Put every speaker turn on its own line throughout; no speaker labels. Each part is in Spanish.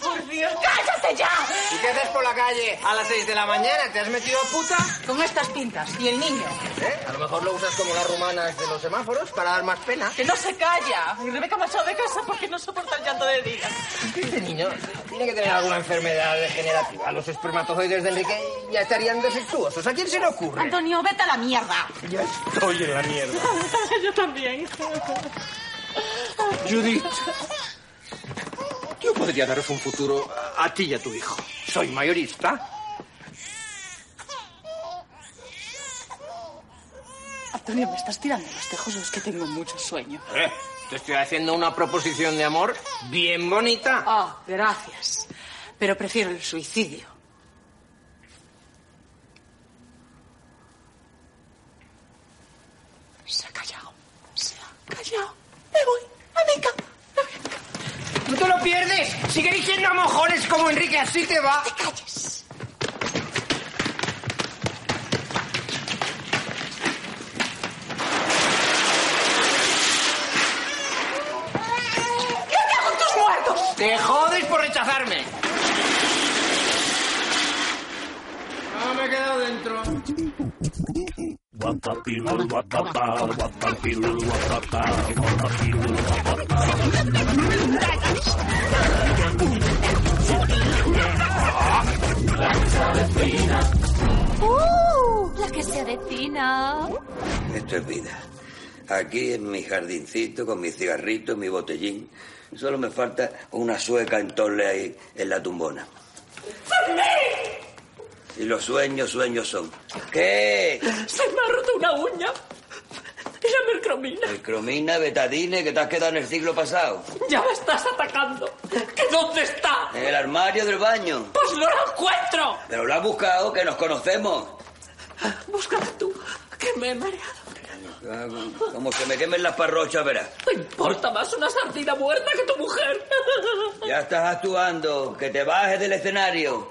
por Dios.
¡Cállate ya!
¿Y qué haces por la calle a las 6 de la mañana? ¿Te has metido puta?
Con estas pintas. Y el niño.
¿Eh? A lo mejor lo usas como las rumanas de los semáforos para dar más pena.
Que no se calla. Y Rebeca marchó de casa porque no soporta el llanto de día.
Este niño tiene que tener alguna enfermedad degenerativa. Los espermatozoides de Enrique ya estarían defectuosos. ¿A quién se le ocurre?
Antonio, vete a la mierda.
Ya estoy en la mierda.
Yo también.
Judith. Yo podría daros un futuro a, a ti y a tu hijo. Soy mayorista.
Antonio, me estás tirando los tejos, es que tengo mucho sueño.
Eh, te estoy haciendo una proposición de amor bien bonita.
Oh, gracias. Pero prefiero el suicidio. Se ha callado. Se ha callado. Me voy a mi cama.
¡Tú te lo pierdes! ¡Sigue siendo a mojones como Enrique! ¡Así te va!
Te calles. ¿Qué hago con tus muertos?
¡Te jodes por rechazarme! No me he quedado dentro.
¡Uh! La que se avecina.
Esto es vida. Aquí en mi jardincito, con mi cigarrito, mi botellín. Solo me falta una sueca en tole ahí en la tumbona. Y los sueños, sueños son. ¿Qué?
Se me ha roto una uña. Y la mercromina.
El cromina, betadine, que te has quedado en el siglo pasado.
Ya me estás atacando. ¿Que dónde está?
En el armario del baño.
Pues no la encuentro.
Pero lo has buscado, que nos conocemos.
Búscala tú, que me he mareado.
Como que me quemen las parrochas, verás.
Me importa más una sardina muerta que tu mujer.
Ya estás actuando. Que te bajes del escenario.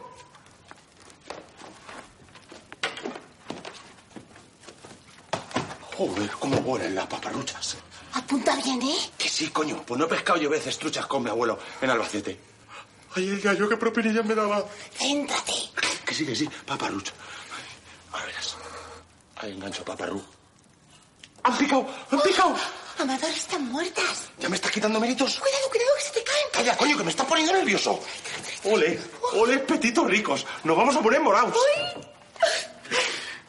Joder, cómo vuelan las paparruchas.
Apunta bien, ¿eh?
Que sí, coño. Pues no he pescado yo veces truchas con mi abuelo en Albacete. Ay, el gallo, qué propinilla me daba.
Céntrate.
Que sí, que sí, paparrucha. Ahora verás. Ahí engancho, paparru. ¡Han picado! ¡Han picado!
Amador, están muertas.
¿Ya me estás quitando méritos?
Cuidado, cuidado, que se te caen.
¡Calla, coño, que me estás poniendo nervioso! ¡Ole! ¡Ole, petitos ricos! ¡Nos vamos a poner moraos!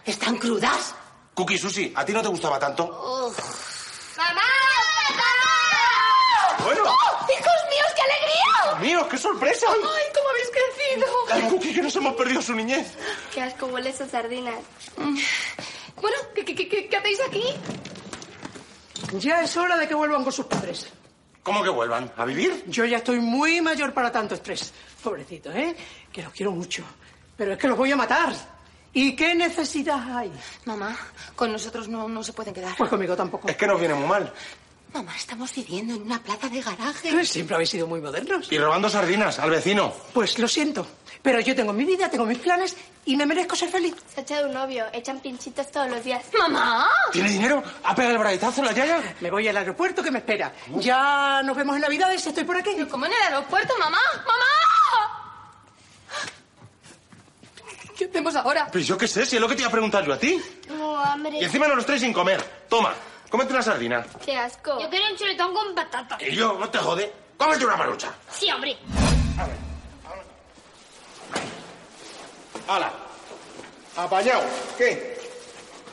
Están crudas.
Cookie Susi, ¿a ti no te gustaba tanto?
¡Mamá!
Bueno.
¡Oh, ¡Hijos míos, qué alegría!
¡Míos, qué sorpresa!
¡Ay, cómo habéis crecido!
¡Ay, Cookie, que nos hemos perdido su niñez!
Qué asco huele esas sardinas. Mm. Bueno, ¿qué, qué, qué, qué hacéis aquí?
Ya es hora de que vuelvan con sus padres.
¿Cómo que vuelvan? ¿A vivir?
Yo ya estoy muy mayor para tanto estrés. Pobrecito, ¿eh? Que los quiero mucho. Pero es que los voy a matar. ¿Y qué necesidad hay?
Mamá, con nosotros no, no se pueden quedar.
Pues conmigo tampoco.
Es que nos viene muy mal.
Mamá, estamos viviendo en una plaza de garaje.
Eh, Siempre habéis sido muy modernos.
Y robando sardinas al vecino.
Pues lo siento. Pero yo tengo mi vida, tengo mis planes y me merezco ser feliz.
Se ha echado un novio, echan pinchitos todos los días.
¡Mamá!
¿Tiene dinero? ¿Ha pegado el braguetazo la yaya?
Me voy al aeropuerto que me espera. Ya nos vemos en Navidades, estoy por aquí.
¿Cómo en el aeropuerto, mamá? ¡Mamá! ¿Qué hacemos ahora?
Pues yo qué sé, si es lo que te iba a preguntar yo a ti.
Tengo hambre.
Y encima no los traes sin comer. Toma, cómete una sardina.
Qué asco.
Yo quiero un chuletón con patata.
Y yo, no te jode, cómete una marucha.
Sí, hombre.
¡Hala! Apañado. ¿Qué?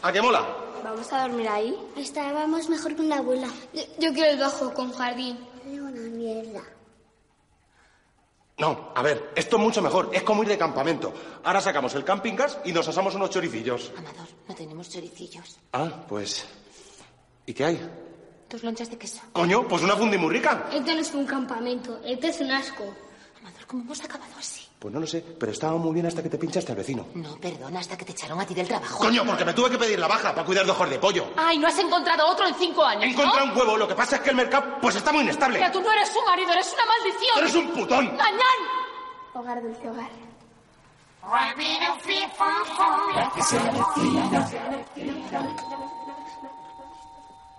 ¿A qué mola?
¿Vamos a dormir ahí?
Estábamos mejor con la abuela.
Yo, yo quiero el bajo con jardín.
Era una mierda.
No, a ver, esto es mucho mejor. Es como ir de campamento. Ahora sacamos el camping gas y nos asamos unos choricillos.
Amador, no tenemos choricillos.
Ah, pues. ¿Y qué hay?
Dos lonchas de queso.
Coño, pues una fundimurrica.
Esto Este no es un campamento, esto es un asco.
Amador, ¿cómo hemos acabado así?
Pues no lo sé, pero estaba muy bien hasta que te pinchaste al vecino.
No, perdona, hasta que te echaron a ti del trabajo.
Coño, porque me tuve que pedir la baja para cuidar de ojos de pollo.
Ay, no has encontrado otro en cinco años.
He
¿no?
encontrado un huevo, lo que pasa es que el mercado pues está muy inestable.
Pero tú no eres un marido, eres una maldición.
Tú eres un putón.
¡Gañán!
Hogar dulce hogar.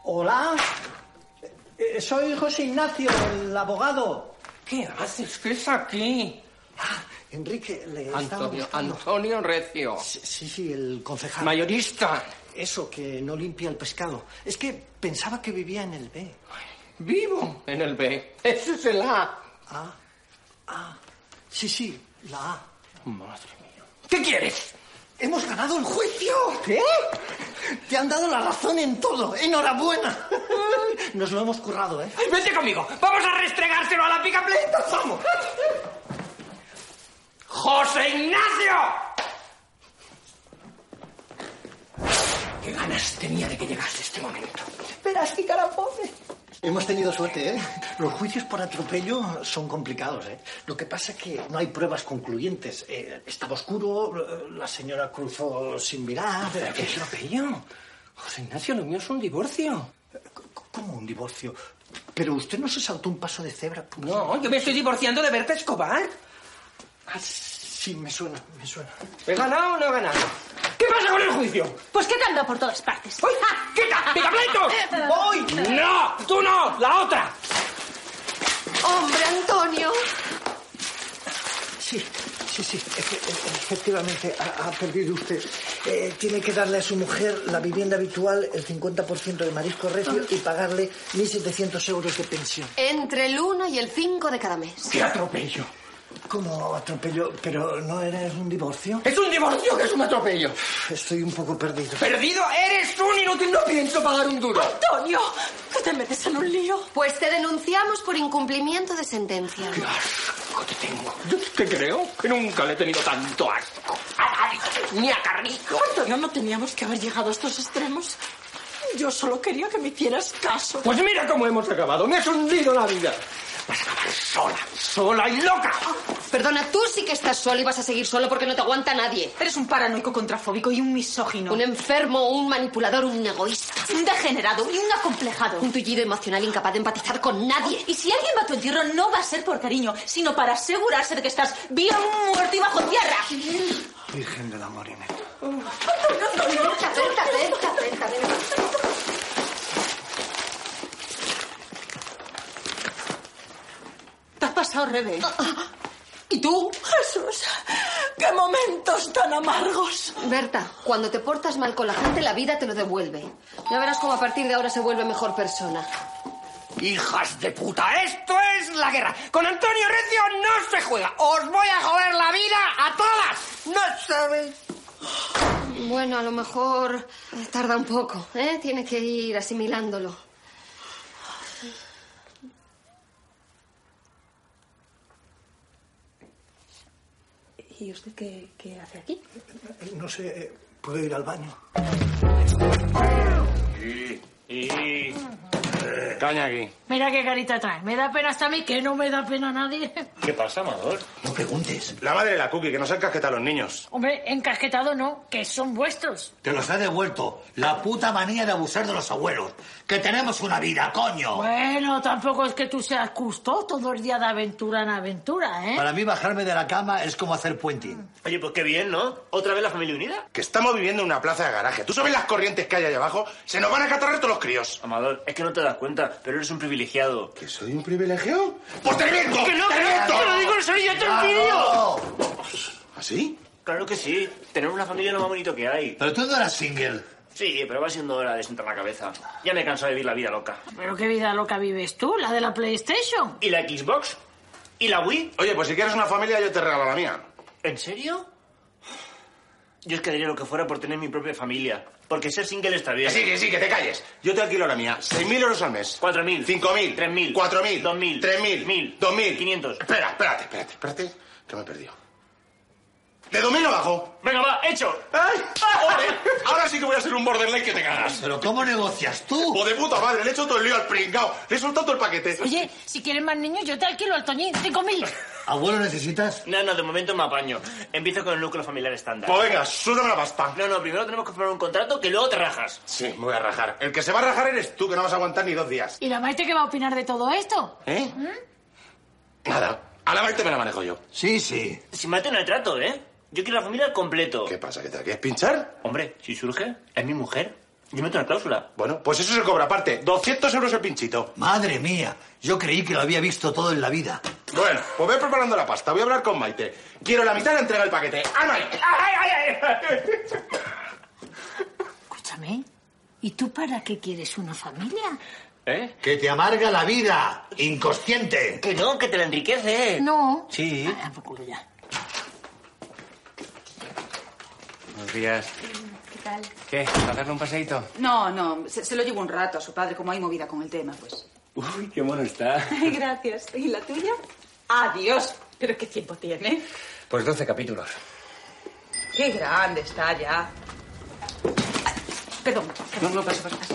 Hola, Eh, soy José Ignacio, el abogado. Ah,
¿Qué haces? ¿Qué es aquí?
Enrique, le estaba
Antonio,
buscando.
Antonio Recio.
Sí, sí, sí, el concejal.
Mayorista.
Eso, que no limpia el pescado. Es que pensaba que vivía en el B.
Vivo en el B. Ese es el A.
Ah, ah, sí, sí, la A.
Madre mía. ¿Qué quieres?
¡Hemos ganado el juicio!
¿Qué?
Te han dado la razón en todo. ¡Enhorabuena! Nos lo hemos currado, ¿eh?
Ay, vete conmigo. Vamos a restregárselo a la pica pleta. Vamos. José Ignacio. Qué ganas tenía de que llegase este momento.
Verás qué cara pobre. Hemos tenido suerte, ¿eh? Los juicios por atropello son complicados, ¿eh? Lo que pasa es que no hay pruebas concluyentes. Eh, estaba oscuro, eh, la señora cruzó sin mirar. eh,
¿Qué es lo que yo? José Ignacio, lo mío es un divorcio.
Eh, ¿Cómo un divorcio? Pero usted no se saltó un paso de cebra. ¿por qué?
No, yo me estoy divorciando de Berta Escobar.
Ah, sí, me suena, me suena.
¿He ganado o no he ganado? ¿Qué pasa con el juicio?
Pues que te ando por todas partes.
¡Uy! ¡Quita! ¡Picapleitos!
¡Voy!
¡No! ¡Tú no! ¡La otra!
¡Hombre, Antonio!
Sí, sí, sí, efe- e, efectivamente ha, ha perdido usted. Eh, tiene que darle a su mujer la vivienda habitual, el 50% de marisco recio y pagarle 1.700 euros de pensión.
Entre el 1 y el 5 de cada mes.
¡Qué atropello!
¿Cómo atropello? ¿Pero no era un divorcio?
¡Es un divorcio que es un atropello!
Estoy un poco perdido.
¡Perdido eres un inútil! ¡No pienso pagar un duro!
¡Antonio! ¡Que te metes en un lío!
Pues te denunciamos por incumplimiento de sentencia.
¡Qué asco te tengo! Yo es que creo que nunca le he tenido tanto asco. A nadie, ni a Carlito.
Antonio, no teníamos que haber llegado a estos extremos. Yo solo quería que me hicieras caso.
Pues mira cómo hemos acabado. Me has hundido la vida. Vas a acabar sola, sola y loca.
Perdona, tú sí que estás solo y vas a seguir solo porque no te aguanta nadie.
Eres un paranoico contrafóbico y un misógino.
Un enfermo, un manipulador, un egoísta.
Un degenerado y un acomplejado.
Un tullido emocional incapaz de empatizar con nadie.
Y si alguien va a tu entierro, no va a ser por cariño, sino para asegurarse de que estás bien muerto y bajo tierra.
Virgen del amor, Inés.
Berta, Berta, Berta, Berta, Berta.
Te has pasado, Rebe.
¿Y tú?
Jesús, qué momentos tan amargos.
Berta, cuando te portas mal con la gente, la vida te lo devuelve. Ya verás cómo a partir de ahora se vuelve mejor persona.
¡Hijas de puta! ¿eh? ¡Esto es la guerra! ¡Con Antonio Recio no se juega! ¡Os voy a joder la vida a todas! ¡No sabéis!
Bueno, a lo mejor eh, tarda un poco, ¿eh? Tiene que ir asimilándolo.
¿Y usted qué, qué hace aquí?
No sé, eh, ¿puedo ir al baño? Eh,
Caña aquí.
Mira qué carita trae. Me da pena hasta a mí, que no me da pena a nadie.
¿Qué pasa, Amador?
No preguntes.
La madre de la cookie, que nos han casquetado a los niños.
Hombre, encasquetado no, que son vuestros.
Te los he devuelto. La puta manía de abusar de los abuelos. Que tenemos una vida, coño.
Bueno, tampoco es que tú seas custo todo el día de aventura en aventura, ¿eh?
Para mí bajarme de la cama es como hacer puenting.
Oye, pues qué bien, ¿no? ¿Otra vez la familia unida? Que estamos viviendo en una plaza de garaje. ¿Tú sabes las corrientes que hay allá abajo? Se nos van a catarrar todos los críos.
Amador, es que no te das cuenta, pero eres un privilegiado.
¿Que soy un privilegiado? ¡Pues te reviento! ¡Que no,
en serio, yo te
¿Así?
Claro que ¿Ah, sí. Tener una familia es lo más bonito que hay. Pero tú no eras single.
Sí, pero va siendo hora de sentar la cabeza. Ya me canso de vivir la vida loca.
Pero qué vida loca vives tú, la de la PlayStation.
¿Y la Xbox? ¿Y la Wii?
Oye, pues si quieres una familia, yo te regalo la mía.
¿En serio? Yo es que daría lo que fuera por tener mi propia familia. Porque ser single está bien.
Sí, que sí, que te calles. Yo te alquilo la mía. 6.000 euros al mes. 4.000. 5.000. 3.000. 4.000. 2.000. 3.000. 1.000. 2.000. 500. Espera, espérate, espérate, espérate, que me he perdido. De 2.000 abajo. Venga, va, hecho. ¡Ay!
Ah.
¡Ole! Ahora sí que voy a ser un borderline que te ganas. ¿Pero cómo negocias tú? O de puta madre, le he hecho todo el lío al pringao. Le he soltado todo el paquete.
Oye, si quieres más niños, yo te alquilo al Toñín. Cinco mil.
¿Abuelo necesitas? No, no, de momento me apaño. Empiezo con el núcleo familiar estándar.
Pues venga, súdame la pasta.
No, no, primero tenemos que firmar un contrato que luego te rajas.
Sí, me voy a rajar. El que se va a rajar eres tú, que no vas a aguantar ni dos días.
¿Y la Maite qué va a opinar de todo esto? ¿Mm?
¿Eh? Nada. A la Maite me la manejo yo. Sí, sí.
Si mate no hay trato, ¿eh? Yo quiero la familia al completo. ¿Qué pasa? ¿Que te la quieres pinchar? Hombre, si surge, es mi mujer. Yo meto una cláusula.
Bueno, pues eso se cobra aparte. 200 euros el pinchito.
Madre mía, yo creí que lo había visto todo en la vida.
Bueno, pues voy preparando la pasta. Voy a hablar con Maite. Quiero la mitad de entrega el paquete. ¡Ah, Maite! ¡Ay, ay, ay!
Escúchame. ¿Y tú para qué quieres una familia?
¿Eh?
Que te amarga la vida, inconsciente.
Que no, que te la enriquece.
No.
Sí.
Ah, por culo ya.
Buenos días.
¿Qué tal?
¿Qué? ¿Para darle un paseíto?
No, no, se, se lo llevo un rato a su padre, como hay movida con el tema, pues.
Uy, qué mono está.
Gracias. ¿Y la tuya? Adiós. Pero qué tiempo tiene.
Pues 12 capítulos.
Qué grande está ya. Ay, Perdón.
No, no, pasa, pasa.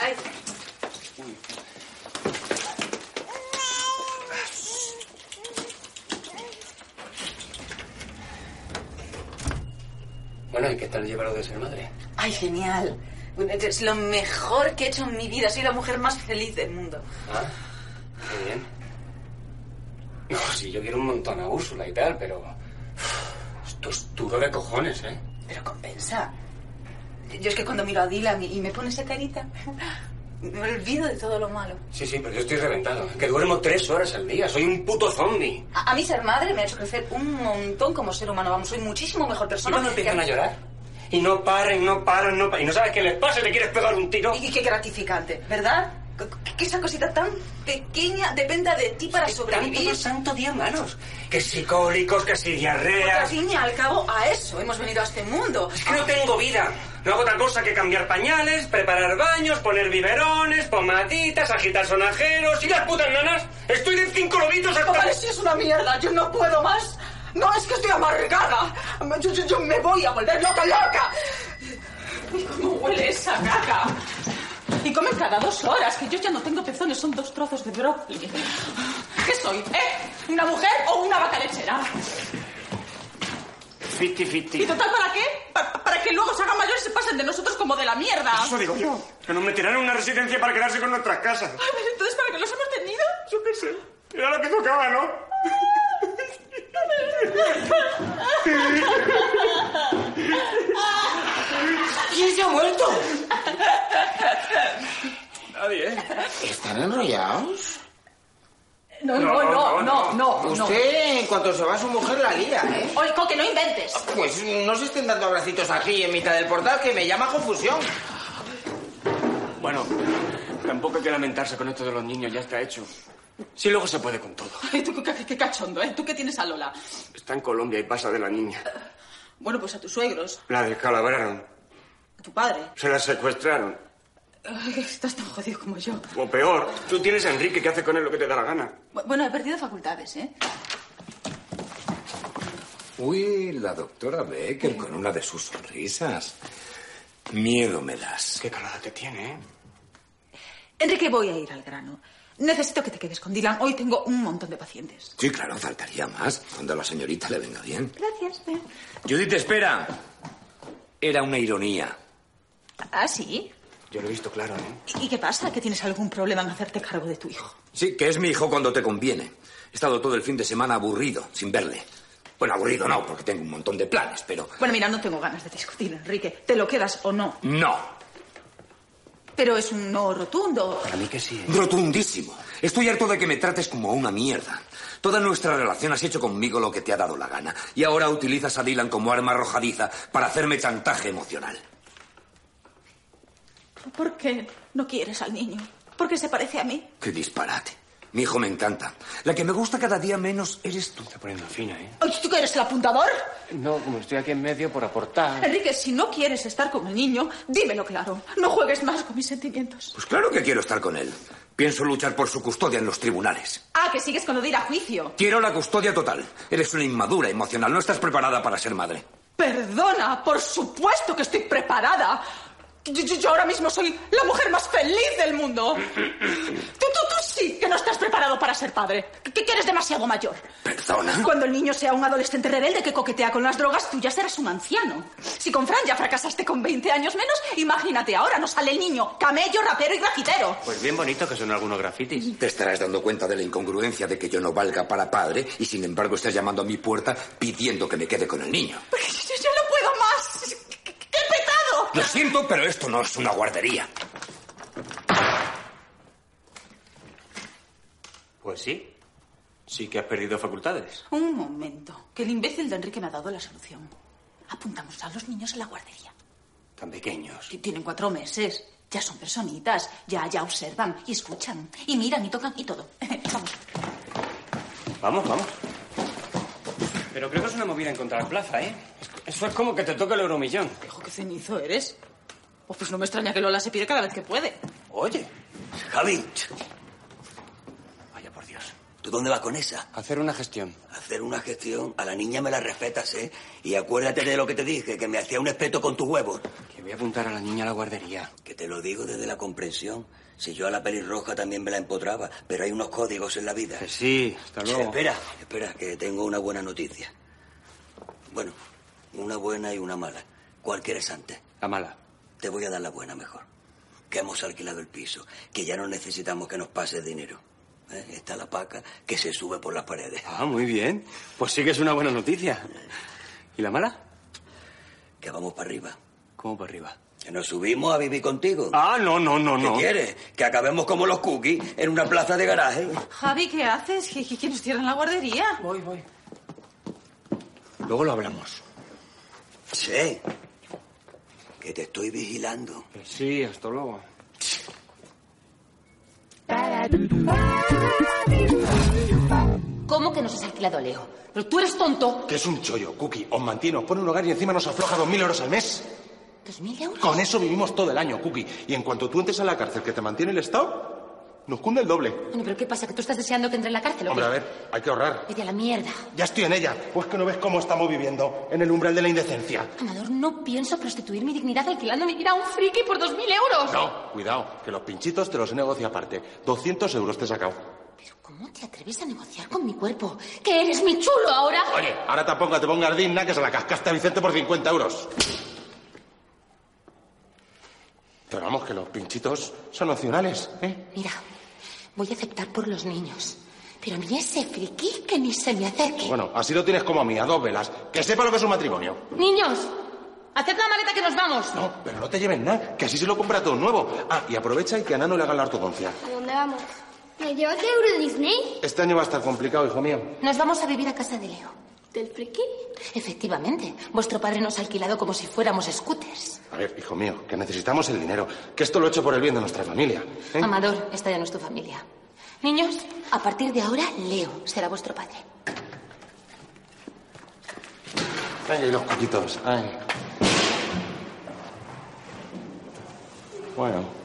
Ay,
Bueno, ¿y qué tal llevarlo de ser madre?
ay, genial. Es lo mejor que he hecho en mi vida. Soy la mujer más feliz del mundo.
Ah, qué bien. No, sí, yo quiero un montón a Úrsula y tal, pero... uf, Esto es duro de cojones, ¿eh?
Pero compensa. Yo es que cuando miro a Dylan y y me pone esa carita, me olvido de todo lo malo.
Sí, sí, pero yo estoy reventado. Que duermo tres horas al día. Soy un puto zombie.
A, a mí ser madre me ha hecho crecer un montón como ser humano. Vamos, soy muchísimo mejor
¿Y
persona.
cuando
que-
empiezan a llorar? Y no paran, no paran, no paran. Y no sabes qué les pasa, le quieres pegar un tiro.
Y qué gratificante, ¿verdad? Que- Que esa cosita tan pequeña dependa de ti para sobrevivir.
Tanto santo día, manos. Que si cólicos, que si
Porque,
diarreas.
al fin y al cabo, a eso hemos venido a este mundo.
Es que no tengo vida. No hago otra cosa que cambiar pañales, preparar baños, poner biberones, pomaditas, agitar sonajeros y las putas nanas. Estoy de cinco lobitos hasta...
Papá, si es una mierda, yo no puedo más. No es que estoy amargada. Yo, yo- yo me voy a volver loca, loca. ¿Y cómo huele esa caca? Y comen cada dos horas, que yo ya no tengo pezones, son dos trozos de brócoli. ¿Qué soy, eh? ¿Una mujer o una vaca lechera?
Fifty, fifty.
¿Y total para qué? Pa- Para, que luego se hagan mayores y se pasen de nosotros como de la mierda.
Eso digo yo. Que nos meterán en una residencia para quedarse con nuestras casas.
Ay, pero entonces, ¿para qué los hemos tenido?
Yo qué sé. Era lo que tocaba, ¿no?
¿Quién se ha muerto?
Nadie, ¿eh?
¿Están enrollados?
No, no, no, no, no. no.
Usted, en cuanto se va su mujer, la lía, ¿eh?
Oye, co, que no inventes.
Pues no se estén dando abracitos aquí en mitad del portal, que me llama confusión.
Bueno, tampoco hay que lamentarse con esto de los niños, ya está hecho. Sí, luego se puede con todo.
Ay, tú, qué, qué cachondo, ¿eh? ¿Tú qué tienes a Lola?
Está en Colombia y pasa de la niña.
Bueno, pues a tus suegros,
La descalabraron,
a tu padre.
se la secuestraron.
Ay, estás tan jodido como yo.
O peor, tú tienes a Enrique que hace con él lo que te da la gana.
Bu- Bueno, he perdido facultades, ¿eh?
Uy, la doctora Becker con una de sus sonrisas. Miedo me das.
Qué calada que tiene, ¿eh?
Enrique, voy a ir al grano. Necesito que te quedes con Dylan. Hoy tengo un montón de pacientes.
Sí, claro, faltaría más. Cuando a la señorita le venga bien.
Gracias.
Judith, espera. Era una ironía.
¿Ah, sí?
Yo lo he visto claro, ¿eh?
¿Y qué pasa? ¿Que tienes algún problema en hacerte cargo de tu hijo?
Sí, que es mi hijo cuando te conviene. He estado todo el fin de semana aburrido, sin verle. Bueno, aburrido no, porque tengo un montón de planes, pero...
Bueno, mira, no tengo ganas de discutir, Enrique. ¿Te lo quedas o no?
No.
Pero es un no rotundo.
A mí que sí. ¿eh? Rotundísimo. Estoy harto de que me trates como a una mierda. Toda nuestra relación has hecho conmigo lo que te ha dado la gana. Y ahora utilizas a Dylan como arma arrojadiza para hacerme chantaje emocional.
¿Por qué no quieres al niño? Porque se parece a mí.
¡Qué disparate! Mi hijo me encanta. La que me gusta cada día menos eres tú. Está poniendo fina, ¿eh?
Ay, ¿Tú que eres el apuntador?
No, como estoy aquí en medio por aportar.
Ah. Enrique, si no quieres estar con el niño, dímelo claro. No juegues más con mis sentimientos.
Pues claro que quiero estar con él. Pienso luchar por su custodia en los tribunales.
Ah, que sigues con lo de ir a juicio.
Quiero la custodia total. Eres una inmadura emocional. No estás preparada para ser madre.
Perdona, por supuesto que estoy preparada. Yo, yo- yo ahora mismo soy la mujer más feliz del mundo. Tú, tú, tú sí que no estás preparado para ser padre. Que, que eres demasiado mayor.
Perdona.
Cuando el niño sea un adolescente rebelde que coquetea con las drogas, tú ya serás un anciano. Si con Fran ya fracasaste con 20 años menos, imagínate ahora, no sale el niño camello, rapero y grafitero.
Pues bien bonito que son algunos grafitis. Te estarás dando cuenta de la incongruencia de que yo no valga para padre y sin embargo estás llamando a mi puerta pidiendo que me quede con el niño.
Yo ya no puedo más. ¡Qué qué petado!
Lo siento, pero esto no es una guardería.
Pues sí. Sí que has perdido facultades.
Un momento, que el imbécil de Enrique me ha dado la solución. Apuntamos a los niños en la guardería.
Tan pequeños.
que Tienen cuatro meses. Ya son personitas. Ya, ya observan y escuchan. Y miran y tocan y todo. Vamos.
Vamos, vamos. Pero creo que es una movida en contra la plaza, ¿eh? Eso es como que te toque el euromillón.
Hijo, qué cenizo eres. Oh, pues no me extraña que Lola se pire cada vez que puede.
Oye,
Javi. Vaya por Dios. ¿Tú dónde vas con esa?
Hacer una gestión.
Hacer una gestión. A la niña me la respetas, ¿eh? Y acuérdate de lo que te dije, que me hacía un espeto con tus huevos.
Que voy a apuntar a la niña a la guardería.
Que te lo digo desde la comprensión. Si yo a la pelirroja también me la empotraba, pero hay unos códigos en la vida.
Eh, Sí, hasta
Sí, espera, espera, que tengo una buena noticia. Bueno, una buena y una mala. ¿Cuál quieres antes?
La mala.
Te voy a dar la buena mejor. Que hemos alquilado el piso, que ya no necesitamos que nos pase dinero. ¿Eh? Está la paca que se sube por las paredes.
Ah, muy bien. Pues sí que es una buena noticia. ¿Y la mala?
Que vamos para arriba.
¿Cómo para arriba?
Que nos subimos a vivir contigo.
Ah, no, no, no,
¿Qué
no.
quieres? Que acabemos como los cookies en una plaza de garaje.
Javi, ¿qué haces? ¿Que, que- que nos cierran la guardería?
Voy, voy.
Luego lo hablamos. Sí. Que te estoy vigilando.
Sí, hasta luego.
¿Cómo que nos has alquilado a Leo? Pero tú eres tonto.
Que es un chollo, Cookie. Os mantiene, pone un hogar y encima nos afloja dos mil euros al mes.
¿Dos mil euros?
Con eso vivimos todo el año, Cookie. Y en cuanto tú entres a la cárcel que te mantiene el Estado, nos cunde el doble.
Bueno, pero ¿qué pasa? ¿Que tú estás deseando que entre en la cárcel o
Hombre, a
qué?
ver, hay que ahorrar.
Vete a la mierda.
Ya estoy en ella. Pues que no ves cómo estamos viviendo, en el umbral de la indecencia.
Amador, no pienso prostituir mi dignidad alquilando mi vida a un friki por dos mil euros.
No, cuidado, que los pinchitos te los negocio aparte. 200 euros te he sacado.
¿Cómo te atreves a negociar con mi cuerpo? ¿Que eres mi chulo ahora?
Oye, ahora tampoco te pongas digna que se la cascaste a Vicente por 50 euros. Pero vamos, que los pinchitos son opcionales, ¿eh?
Mira, voy a aceptar por los niños. Pero a mí ese friki que ni se me acerque.
Bueno, así lo tienes como a mí, a dos velas. Que sepa lo que es un matrimonio.
Niños, haced la maleta que nos vamos.
No, pero no te lleves nada, que así se lo compra todo nuevo. Ah, y aprovecha y que a Nano le hagan la ortodoncia.
¿A dónde vamos? ¿Me llevas a Euro Disney?
Este año va a estar complicado, hijo mío.
Nos vamos a vivir a casa de Leo.
¿Del friki?
Efectivamente, vuestro padre nos ha alquilado como si fuéramos scooters.
A ver, hijo mío, que necesitamos el dinero. Que esto lo he hecho por el bien de nuestra familia. ¿eh?
Amador, esta ya no es tu familia. Niños, a partir de ahora, Leo será vuestro padre.
Ay, y los coquitos. Ay. Bueno.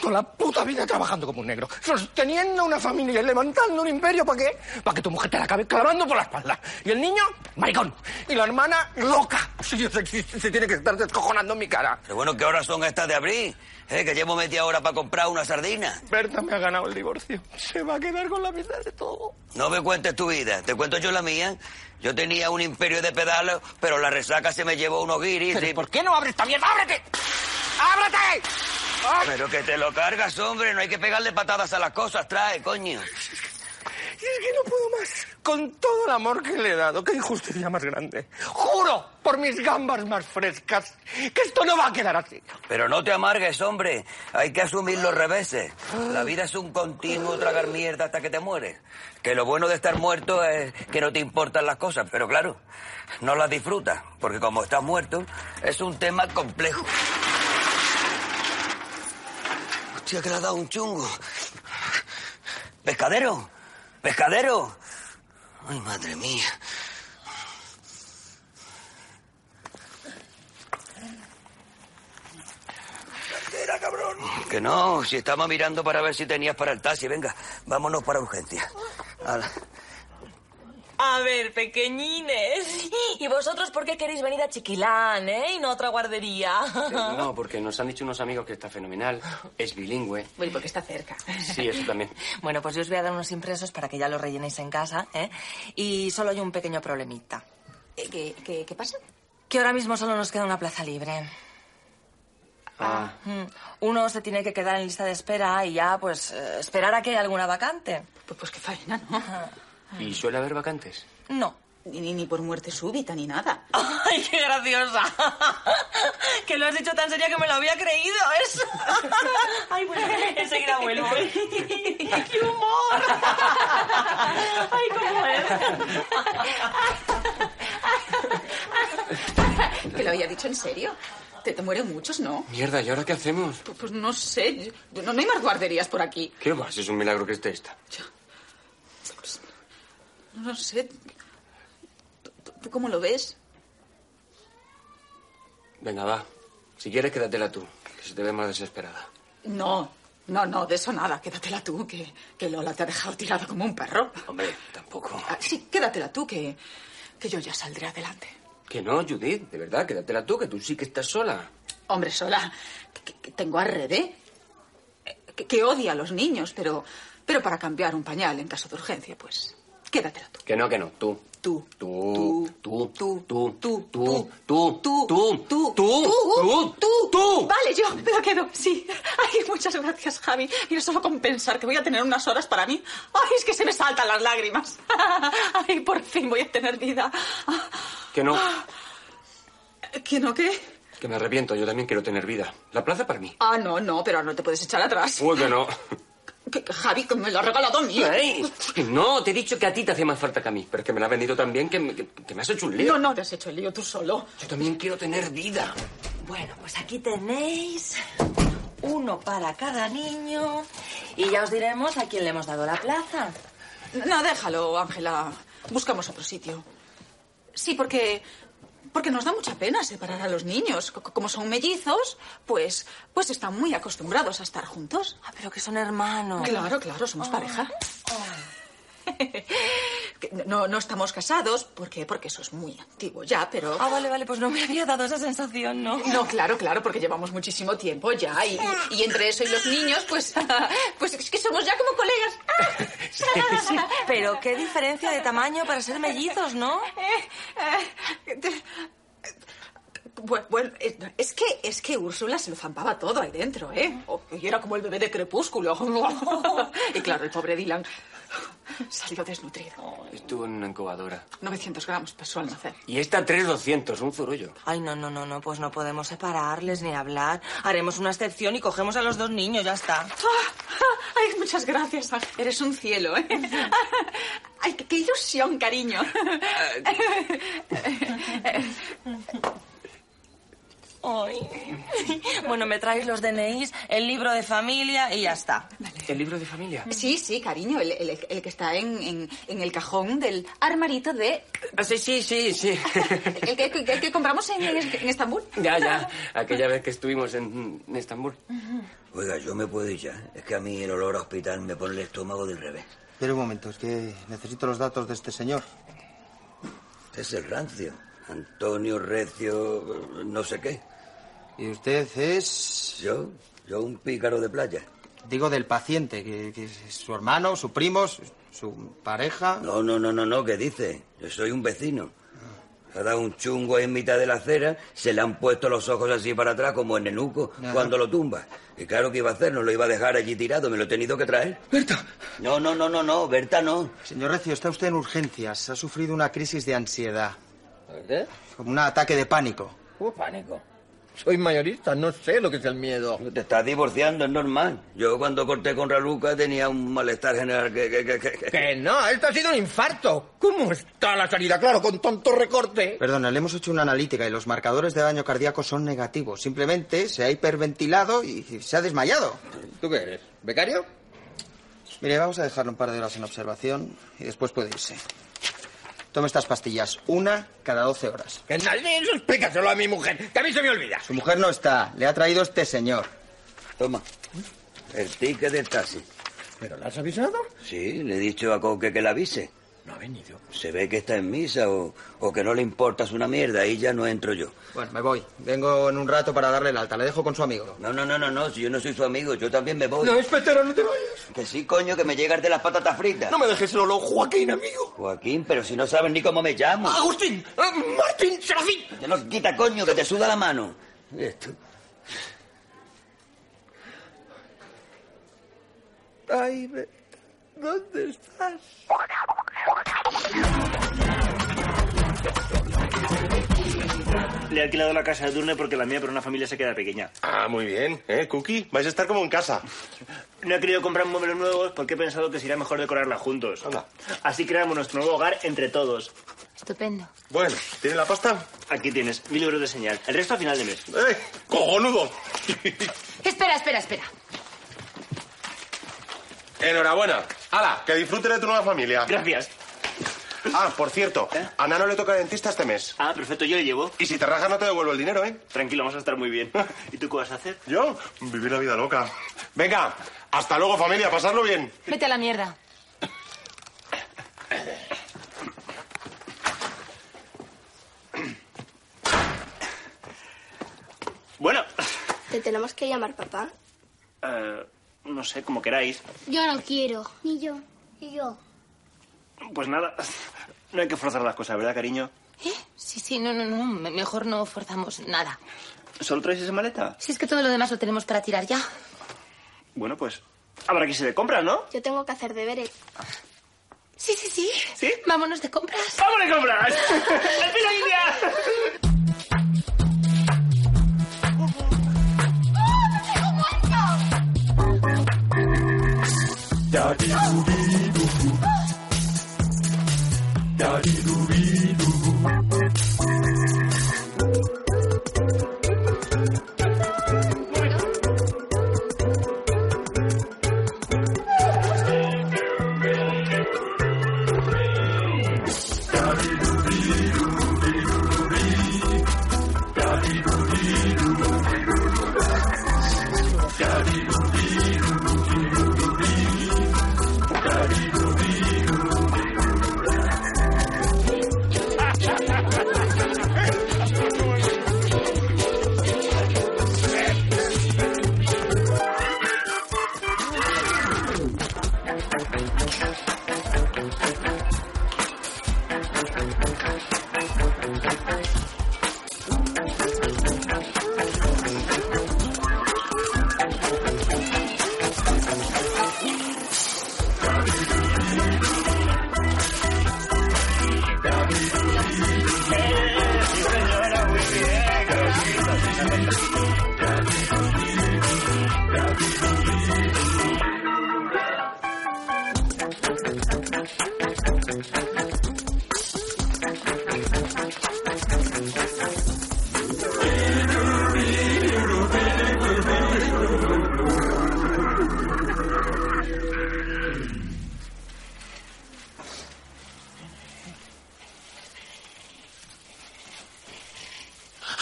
Toda la puta vida trabajando como un negro, sosteniendo una familia, y levantando un imperio, ¿para qué? Para que tu mujer te la acabe clavando por la espalda. Y el niño, maricón. Y la hermana, loca. Sí, Se, se- se tiene que estar descojonando en mi cara.
Pero bueno, ¿qué horas son estas de abril? ¿Eh? Que llevo media hora para comprar una sardina.
Berta me ha ganado el divorcio. Se va a quedar con la mitad de todo.
No me cuentes tu vida, te cuento yo la mía. Yo tenía un imperio de pedales, pero la resaca se me llevó unos guiris. y-
¿Por qué no abres esta mierda? ¡Ábrete! ¡Ábrete! ¡Ah!
Pero que te lo cargas, hombre, no hay que pegarle patadas a las cosas, trae, coño.
Y es que no puedo más. Con todo el amor que le he dado, qué injusticia más grande. Juro por mis gambas más frescas que esto no va a quedar así.
Pero no te amargues, hombre, hay que asumir los reveses. La vida es un continuo tragar mierda hasta que te mueres. Que lo bueno de estar muerto es que no te importan las cosas, pero claro, no las disfrutas, porque como estás muerto, es un tema complejo. Hostia, que le ha dado un chungo. ¡Pescadero! ¡Pescadero! ¡Ay, madre mía! Que no, si estaba mirando para ver si tenías para el taxi. Venga, vámonos para urgencia. Ala.
A ver, pequeñines. ¿Y vosotros por qué queréis venir a Chiquilán, eh? Y no a otra guardería.
No, porque nos han dicho unos amigos que está fenomenal. Es bilingüe.
Bueno, porque está cerca.
Sí, eso también.
Bueno, pues yo os voy a dar unos impresos para que ya los rellenéis en casa, ¿eh? Y solo hay un pequeño problemita. ¿Qué, qué, qué pasa? Que ahora mismo solo nos queda una plaza libre.
Ah,
Mm, Uno se tiene que quedar en lista de espera y ya, pues, eh, esperar a que haya alguna vacante. Pues, pues qué faena, ¿no?
¿y suele haber vacantes?
No.
Ni, ni, ni por muerte súbita, ni nada.
¡Ay, qué graciosa! que lo has dicho tan seria que me lo había creído, eso. Ay, bueno, enseguida vuelvo. ¡Qué humor! ¡Ay, cómo
es! ¿Que lo había dicho en serio? ¿Te, te mueren muchos, no?
Mierda, ¿y ahora qué hacemos?
Pues, pues no sé. yo- No, no hay más guarderías por aquí.
¿Qué va? Si es un milagro que esté esta.
No lo sé. ¿Tú- tú- ¿Tú cómo lo ves?
Venga, va. Si quieres, quédatela tú, que se te ve más desesperada.
No, no, no, de eso nada. Quédatela tú, que, que Lola te ha dejado tirada como un perro.
Hombre, tampoco.
Ah, sí, quédatela tú, que, que yo ya saldré adelante.
Que no, Judith, de verdad, quédatela tú, que tú sí que estás sola.
Hombre, sola, que, que tengo a Redé, que, que odia a los niños, pero, pero para cambiar un pañal en caso de urgencia, pues quédatela tú.
Que no, que no, tú.
Tú.
Tú. Tú. Tú. Tú. Tú. Tú. Tú. Tú. Tú. Tú. Tú.
Tú, Vale, yo me lo quedo, sí. Ay, muchas gracias, Javi. Mira, solo con pensar que voy a tener unas horas para mí. Ay, es que se me saltan las lágrimas. Ay, por fin voy a tener vida.
Que no,
¿Que no qué?
que me arrepiento, yo también quiero tener vida. La plaza para mí.
Ah, no, no, pero ahora no te puedes echar atrás.
Uy, que no.
Que- que Javi, que me lo ha regalado a mí.
Ey, que No, te he dicho que a ti te hace más falta que a mí, pero es que me la ha vendido tan bien que me, que- que me has hecho un lío.
No, no, te has hecho el lío tú solo.
Yo también quiero tener vida.
Bueno, pues aquí tenéis uno para cada niño y ya os diremos a quién le hemos dado la plaza.
No, déjalo, Ángela. Buscamos otro sitio. Sí, porque. Porque nos da mucha pena separar a los niños. C- Como son mellizos, pues. Pues están muy acostumbrados a estar juntos.
Ah, pero que son hermanos. Ah,
Claro, claro, somos pareja. Que No, no estamos casados, porque Porque eso es muy antiguo ya, pero.
Ah, vale, vale, pues no me había dado esa sensación, ¿no?
No, claro, claro, porque llevamos muchísimo tiempo ya. Y, y entre eso y los niños, pues. Pues es que somos ya como colegas.
Pero qué diferencia de tamaño para ser mellizos, ¿no?
Bueno, bueno, es- es que es que Úrsula se lo zampaba todo ahí dentro, ¿eh? O- Y era como el bebé de crepúsculo. Y claro, el pobre Dylan salió desnutrido.
Estuvo Oh, en una incubadora.
900 gramos pesó al nacer.
Y esta 3200, un zurullo.
Ay, no, no, no, no, pues no podemos separarles ni hablar. Haremos una excepción y cogemos a los dos niños, ya está.
Ay, muchas gracias. Ángel. Eres un cielo, ¿eh? Ay, qué, qué ilusión, cariño.
Ay. Bueno, me traéis los DNIs, el libro de familia y ya está.
¿El libro de familia?
Sí, sí, cariño, el, el- el que está en, en- en el cajón del armarito de...
Ah, sí, sí, sí, sí.
El que, el que compramos en, en Estambul.
Ya, ya. Aquella vez que estuvimos en, en Estambul.
Oiga, yo me puedo ir ya. Es que a mí el olor a hospital me pone el estómago del revés.
Pero un momento, es que necesito los datos de este señor.
Es el rancio. Antonio Recio, eh, no sé qué.
¿Y usted eh, es...?
Yo, yo un pícaro de playa.
Digo del paciente, que, que es su hermano, su primo, su, su pareja.
No, no, no, no, no, ¿qué dice? Yo soy un vecino. Ha dado un chungo ahí en mitad de la acera, se le han puesto los ojos así para atrás como en enuco
Ajá.
cuando lo tumba. Y claro que iba a hacer, no lo iba a dejar allí tirado, me lo he tenido que traer.
¡Berta!
No, no, no, no, no, Berta no.
Señor Recio, está usted en urgencias. Ha sufrido una crisis de ansiedad.
¿Qué?
Como un ataque de Uh, pánico.
Hubo pánico.
Soy mayorista, no sé lo que es el miedo. Te estás divorciando, es normal. Yo cuando corté con Raluca tenía un malestar general que... que, que, que- que-
Que no, esto ha sido un infarto. ¿Cómo está la salida? Claro, con tonto recorte.
Perdona, le hemos hecho una analítica y los marcadores de daño cardíaco son negativos. Simplemente se ha hiperventilado y se ha desmayado.
¿Tú qué eres? ¿Becario?
Mire, vamos a dejarlo un par de horas en observación y después puede irse. Tome estas pastillas, una cada 12 horas.
Que nadie eso explícaselo a mi mujer, que a mí se me olvida.
Su mujer no está, le ha traído este señor.
Toma. El ticket del taxi.
¿Pero la has avisado?
Sí, le he dicho a Coque que la avise.
No ha venido.
Se ve que está en misa o, o que no le importas una mierda y ya no entro yo.
Bueno, me voy. Vengo en un rato para darle el alta. Le dejo con su amigo.
No, no, no, no, no, si yo no soy su amigo, yo también me voy.
espera, no te vayas.
Que sí, coño, que me llegas de las patatas fritas.
No me dejes solo, Joaquín, amigo.
Joaquín, pero si no sabes ni cómo me llamo.
Ah,
Agustín, eh, Martín, Serafín.
Te los quita, coño, que te suda la mano. Esto.
Ay, ve- ¿dónde estás?
Le he alquilado la casa de Durne porque la mía para una familia se queda pequeña.
Ah, muy bien, ¿eh, Cookie? Vais a estar como en casa.
No he querido comprar muebles nuevos porque he pensado que sería mejor decorarla juntos. Así creamos nuestro nuevo hogar entre todos.
Estupendo.
Bueno, ¿tienes la pasta?
Aquí tienes, mil euros de señal. El resto a final de mes.
¡Eh! ¡Cojonudo!
Espera, espera, espera.
Enhorabuena. ¡Hala! Que disfrute de tu nueva familia.
Gracias. ¿Eh?
Ah, por cierto, a Ana no le toca dentista este mes.
Ah, perfecto, yo le llevo.
Y si te rajas no te devuelvo el dinero, ¿eh?
Tranquilo, vamos a estar muy bien. ¿Y tú qué vas a hacer?
Yo, vivir la vida loca. Venga, hasta luego familia, pasarlo bien.
Vete a la mierda.
Bueno,
¿Te tenemos que llamar papá?
eh, no sé, como queráis.
Yo no quiero. Ni yo. Ni yo.
Pues nada, no hay que forzar las cosas, ¿verdad, cariño?
¿Eh? Sí, sí, no, no, no. me- Mejor no forzamos nada.
¿Solo traes esa maleta?
Si es que todo lo demás lo tenemos para tirar ya.
Bueno, pues habrá que irse de compras, ¿no?
Yo tengo que hacer deberes.
Sí, sí, sí.
¿Sí?
Vámonos de compras.
¡Vámonos de compras! ¡Espera,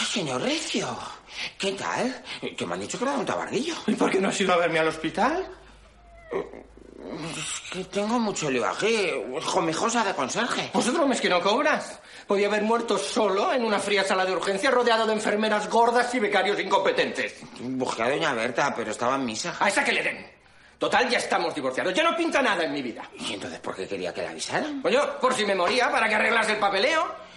Ah, Señor Recio, ¿qué tal? Que me han dicho que era un tabardillo.
¿Y por qué no has ido a verme al hospital?
Es que tengo mucho lío aquí, jomejosa de conserje.
Vosotros mes que no cobras. Podía haber muerto solo en una fría sala de urgencia rodeado de enfermeras gordas y becarios incompetentes.
Busqué a doña Berta, pero estaba en misa.
A esa que le den. Total, ya estamos divorciados. Ya no pinta nada en mi vida.
¿Y entonces por qué quería que la avisaran?
Pues yo, por si me moría, para que arreglas el papeleo.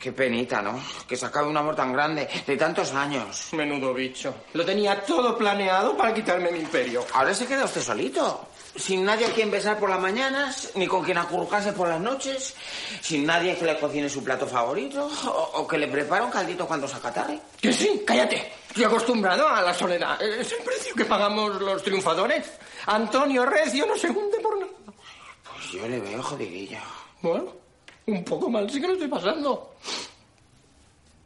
Qué penita, ¿no? Que se acabe un amor tan grande, de tantos años.
Menudo bicho. Lo tenía todo planeado para quitarme mi imperio.
Ahora se queda usted solito. Sin nadie a quien besar por las mañanas, ni con quien acurrucarse por las noches, sin nadie que le cocine su plato favorito, o, o que le prepare un caldito cuando se acatarre.
Que sí, cállate. Estoy acostumbrado a la soledad. Es el precio que pagamos los triunfadores. Antonio Recio no se hunde por nada.
Pues yo le veo jodidillo.
Bueno, un poco mal sí que lo estoy pasando.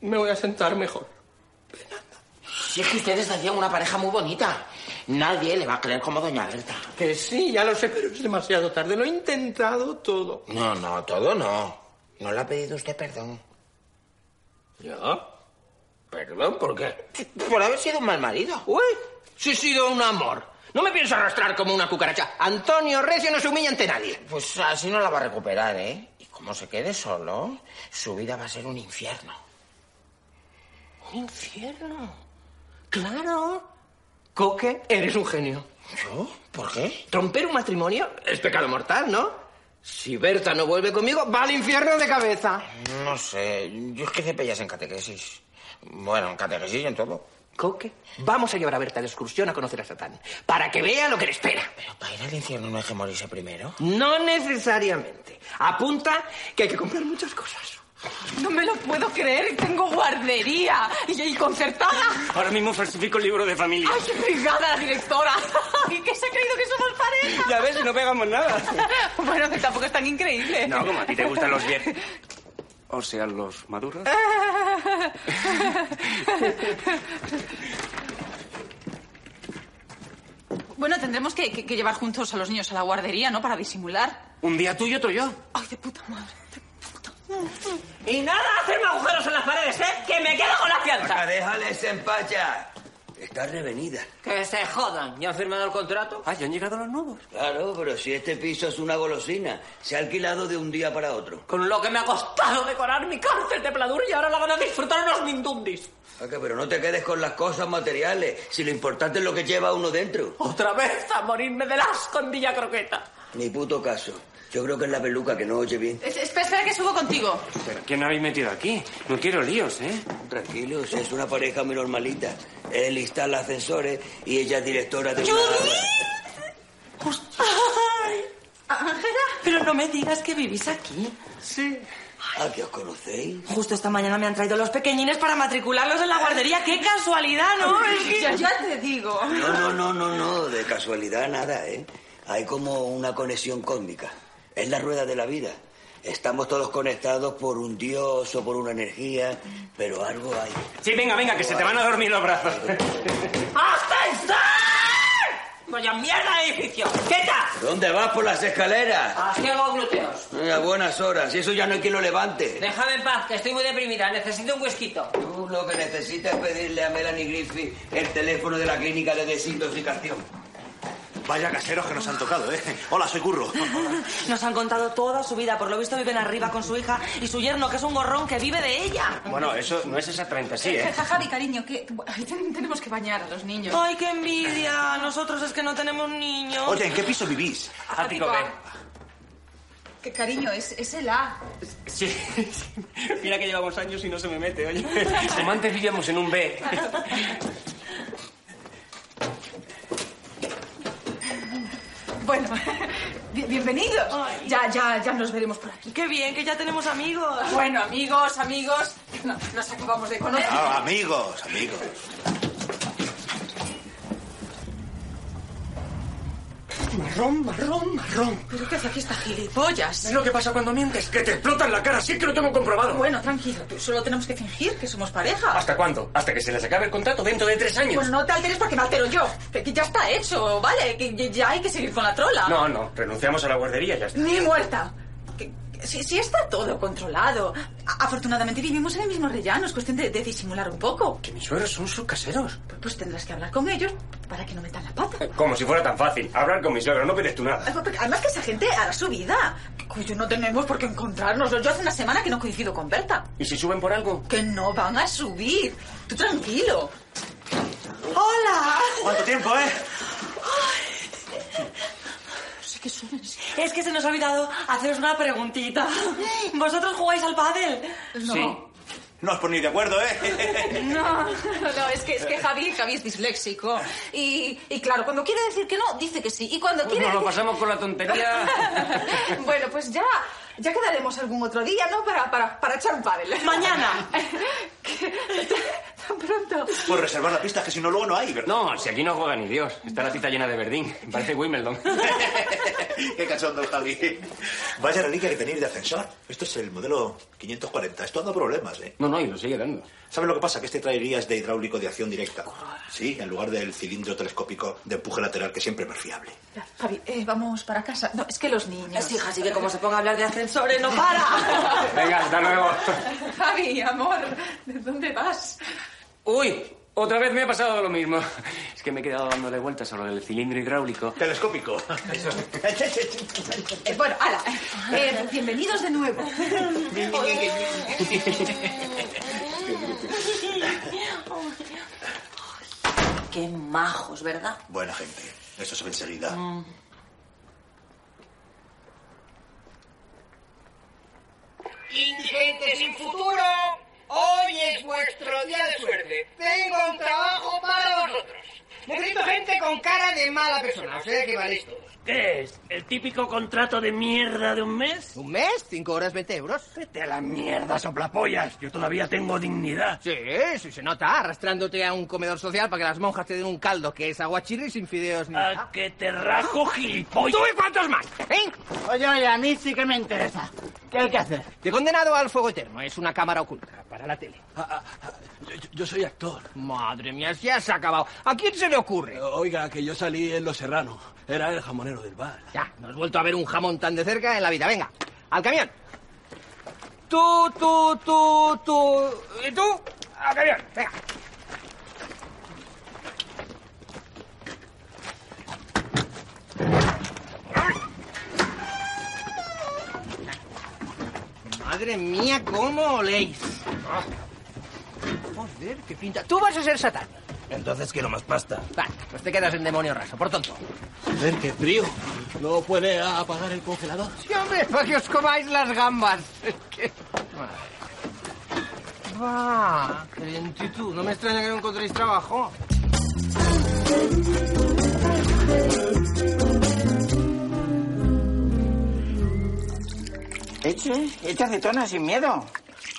Me voy a sentar mejor.
Si es que ustedes hacían una pareja muy bonita.
Nadie le va a creer como doña Berta.
Que sí, ya lo sé, pero es demasiado tarde. Lo he intentado todo.
No, no, todo no. No le ha pedido usted perdón.
¿Yo? ¿Perdón? ¿Por qué?
Por haber sido un mal marido.
Uy, si he sido un amor. No me pienso arrastrar como una cucaracha. Antonio Recio no se humilla ante nadie.
Pues así no la va a recuperar, ¿eh? Y como se quede solo, su vida va a ser un infierno.
Un infierno. Claro. Coque, eres un genio.
¿Yo? ¿Por qué?
Romper un matrimonio es pecado mortal, ¿no? Si Berta no vuelve conmigo, va al infierno de cabeza.
No sé, yo es que hice pellas en catequesis. Bueno, en catequesis y en todo.
Coque, vamos a llevar a Berta de excursión a conocer a Satán, para que vea lo que le espera.
¿Para ir al infierno no hay que morirse primero?
No necesariamente. Apunta que hay que comprar muchas cosas.
No me lo puedo creer, tengo guardería y, y concertada.
Ahora mismo falsifico el libro de familia.
¡Ay, qué fregada la directora! ¿Y qué se ha creído que somos pareja?
Ya ves, no pegamos nada.
Bueno, que tampoco es tan increíble.
No, como a ti te gustan los bien. O sea, los maduros.
Bueno, tendremos que, que- que llevar juntos a los niños a la guardería, ¿no? Para disimular.
Un día tú y otro yo.
¡Ay, de puta madre!
Y nada, hacerme agujeros en las paredes, ¿eh? Que me quedo con la fianza.
Déjale, Sempacha. Está revenida.
Que se jodan. ¿Ya han firmado el contrato?
Ah, ya han llegado los nuevos. Claro, pero si este piso es una golosina, se ha alquilado de un día para otro.
Con lo que me ha costado decorar mi cárcel de pladur y ahora la van a disfrutar unos mindundis.
Acá, pero no te quedes con las cosas materiales, si lo importante es lo que lleva uno dentro.
Otra vez a morirme del asco en Villa Croqueta.
Ni puto caso. Yo creo que es la peluca que no oye bien.
Es- espera, espera, que subo contigo.
¿Pero quién habéis metido aquí? No quiero líos, ¿eh?
Tranquilos, es una pareja muy normalita. Él instala ascensores ¿eh? y ella es directora de... una-
¡Ay! Ángela, pero no me digas que vivís aquí.
Sí. ¿A Ah, que os conocéis?
Justo esta mañana me han traído los pequeñines para matricularlos en la guardería. ¡Qué casualidad, Ah, no! Es que-
Ya, ya te digo.
No, no, no, no, no, de casualidad nada, ¿eh? Hay como una conexión cósmica. Es la rueda de la vida. Estamos todos conectados por un dios o por una energía, pero algo hay.
Sí, venga, venga, que se te van a dormir los brazos.
¡Ascensor! ¡Vaya mierda de edificio! ¡Queta!
¿Dónde vas por las escaleras?
Así hago glúteos.
Eh, A buenas horas, y eso ya no hay quien lo levante.
Déjame en paz, que estoy muy deprimida. Necesito un huesquito.
Tú lo que necesitas es pedirle a Melanie Griffith el teléfono de la clínica de desintoxicación.
Vaya caseros que nos han tocado, ¿eh? Hola, soy Curro.
Nos han contado toda su vida. Por lo visto viven arriba con su hija y su yerno, que es un gorrón que vive de ella.
Bueno, eso no es exactamente así, ¿eh?
Javi, cariño, que ay, ten- tenemos que bañar a los niños.
¡Ay, qué envidia! Nosotros es que no tenemos niños.
Oye, ¿en qué piso vivís?
Ático B. Que, cariño, es, es el A.
Sí. Mira que llevamos años y no se me mete, oye. Como antes vivíamos en un B.
Bueno, bien- bienvenidos. Ya, ya, ya nos veremos por aquí.
¡Qué bien, que ya tenemos amigos!
Bueno, amigos, amigos, no, nos acabamos de conocer.
Ah, amigos, amigos.
Marrón, marrón, marrón.
¿Pero qué hace aquí esta gilipollas?
Es lo que pasa cuando mientes, que te explotan la cara, sí que lo tengo comprobado.
Bueno, tranquilo, tú solo tenemos que fingir que somos pareja.
¿Hasta cuándo? Hasta que se les acabe el contrato dentro de tres años.
Bueno, Pues no te alteres porque me altero yo. Que que ya está hecho, ¿vale? Que que ya hay que seguir con la trola.
No, no, renunciamos a la guardería y ya está.
Ni muerta. Que- que- Si, si está todo controlado. A- afortunadamente vivimos en el mismo rellano, es cuestión de, de disimular un poco.
Mis suegros son sus caseros.
Pues, pues tendrás que hablar con ellos para que no metan la pata.
Como si fuera tan fácil. Hablar con mi suegro, no pides tú nada.
Además que esa gente hará su vida. Cuyo no tenemos por qué encontrarnos. Yo hace una semana que no coincido con Berta.
¿Y si suben por algo?
Que no van a subir. Tú tranquilo. ¡Hola!
¿Cuánto tiempo, eh?
Sí que suben. sí.
Pues Es que se nos ha olvidado haceros una preguntita. ¿Vosotros jugáis al pádel?
No os ponéis de acuerdo, ¿eh?
No, no, no, es que, es que Javi, Javi es disléxico. Y, y claro, cuando quiere decir que no, dice que sí. Y cuando quiere
Nos lo
decir-
pasamos con la tontería.
bueno, pues ya, ya quedaremos algún otro día, ¿no? Para, para, para echar un pádel.
Mañana.
Tan pronto.
Pues reservar la pista, que si no, luego no hay, ¿verdad?
No, si aquí no juega ni Dios. Está la pista llena de verdín. Parece Wimbledon.
Qué cachondo, Javi. Vaya reliquia que tenéis de ascensor. Esto es el modelo 540. Esto anda problemas, ¿eh?
No, no, y lo sigue dando.
¿Sabes lo que pasa? Que este trae guías de hidráulico de acción directa. Sí, en lugar del cilindro telescópico de empuje lateral que siempre es más fiable.
Ya, Javi, eh, vamos para casa. No, es que los niños.
Sí, hija, sí que como se ponga a hablar de ascensores, no para.
Venga, hasta luego.
Javi, amor, ¿de dónde vas?
Uy, otra vez me ha pasado lo mismo. Es que me he quedado dándole vueltas a lo del cilindro hidráulico.
Telescópico.
Eh, bueno, ala. eh, bienvenidos de nuevo.
Qué majos, ¿verdad?
Buena gente. Eso se ve enseguida.
Mm.
Indigente sin futuro, hoy es vuestro día de suerte. Tengo un trabajo para vosotros. Necesito gente con cara de mala persona, o sea que valéis todos.
¿Qué es? ¿El típico contrato de mierda de un mes?
¿Un mes? ¿Cinco horas, veinte euros? Vete a la
Mierda, soplapollas. Yo todavía tengo dignidad.
Sí, sí se nota, arrastrándote a un comedor social para que las monjas te den un caldo que es aguachirri sin fideos ni...
A que te rajo, gilipollas.
¿Tú y cuántos más? ¿Eh? Oye, oye, a mí sí que me interesa. ¿Qué hay que hacer? Te he condenado al fuego eterno. Es una cámara oculta para la tele. Ah, yo, soy actor. Madre mía, si has acabado. ¿A quién se le ocurre? Oiga, que yo salí en Los Serrano. Era el jamonero del bar. Ya, no has vuelto a ver un jamón tan de cerca en la vida. Venga, al camión. Tú, tú, tú, tú... ¿Y tú? Al camión, venga. Madre mía, ¿cómo oléis? Ah. Joder, qué pinta. Tú vas a ser Satán.
Entonces quiero más pasta.
Vale, pues te quedas en demonio raso, por tonto.
Joder, qué frío. ¿No puede apagar el congelador?
Sí, hombre, para que os comáis las gambas. Es que... Va, qué lentitud. No me extraña que no encontréis trabajo.
Eche, echa acetona sin miedo.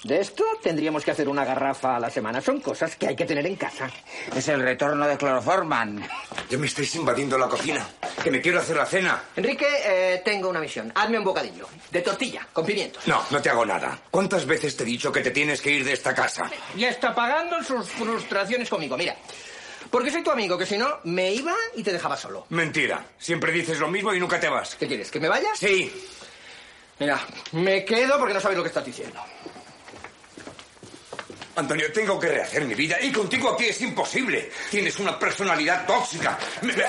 De esto tendríamos que hacer una garrafa a la semana. Son cosas que hay que tener en casa.
Es el retorno de cloroforman.
Ya me estáis invadiendo la cocina. Que me quiero hacer la cena.
Enrique, eh, tengo una misión. Hazme un bocadillo. De tortilla, con pimientos.
No, no te hago nada. ¿Cuántas veces te he dicho que te tienes que ir de esta casa?
Y está pagando sus frustraciones conmigo, mira. Porque soy tu amigo, que si no, me iba y te dejaba solo.
Mentira. Siempre dices lo mismo y nunca te vas.
¿Qué quieres? ¿Que me vayas?
Sí.
Mira, me quedo porque no sabes lo que estás diciendo.
Antonio, tengo que rehacer mi vida y contigo aquí es imposible. Tienes una personalidad tóxica. Me- me-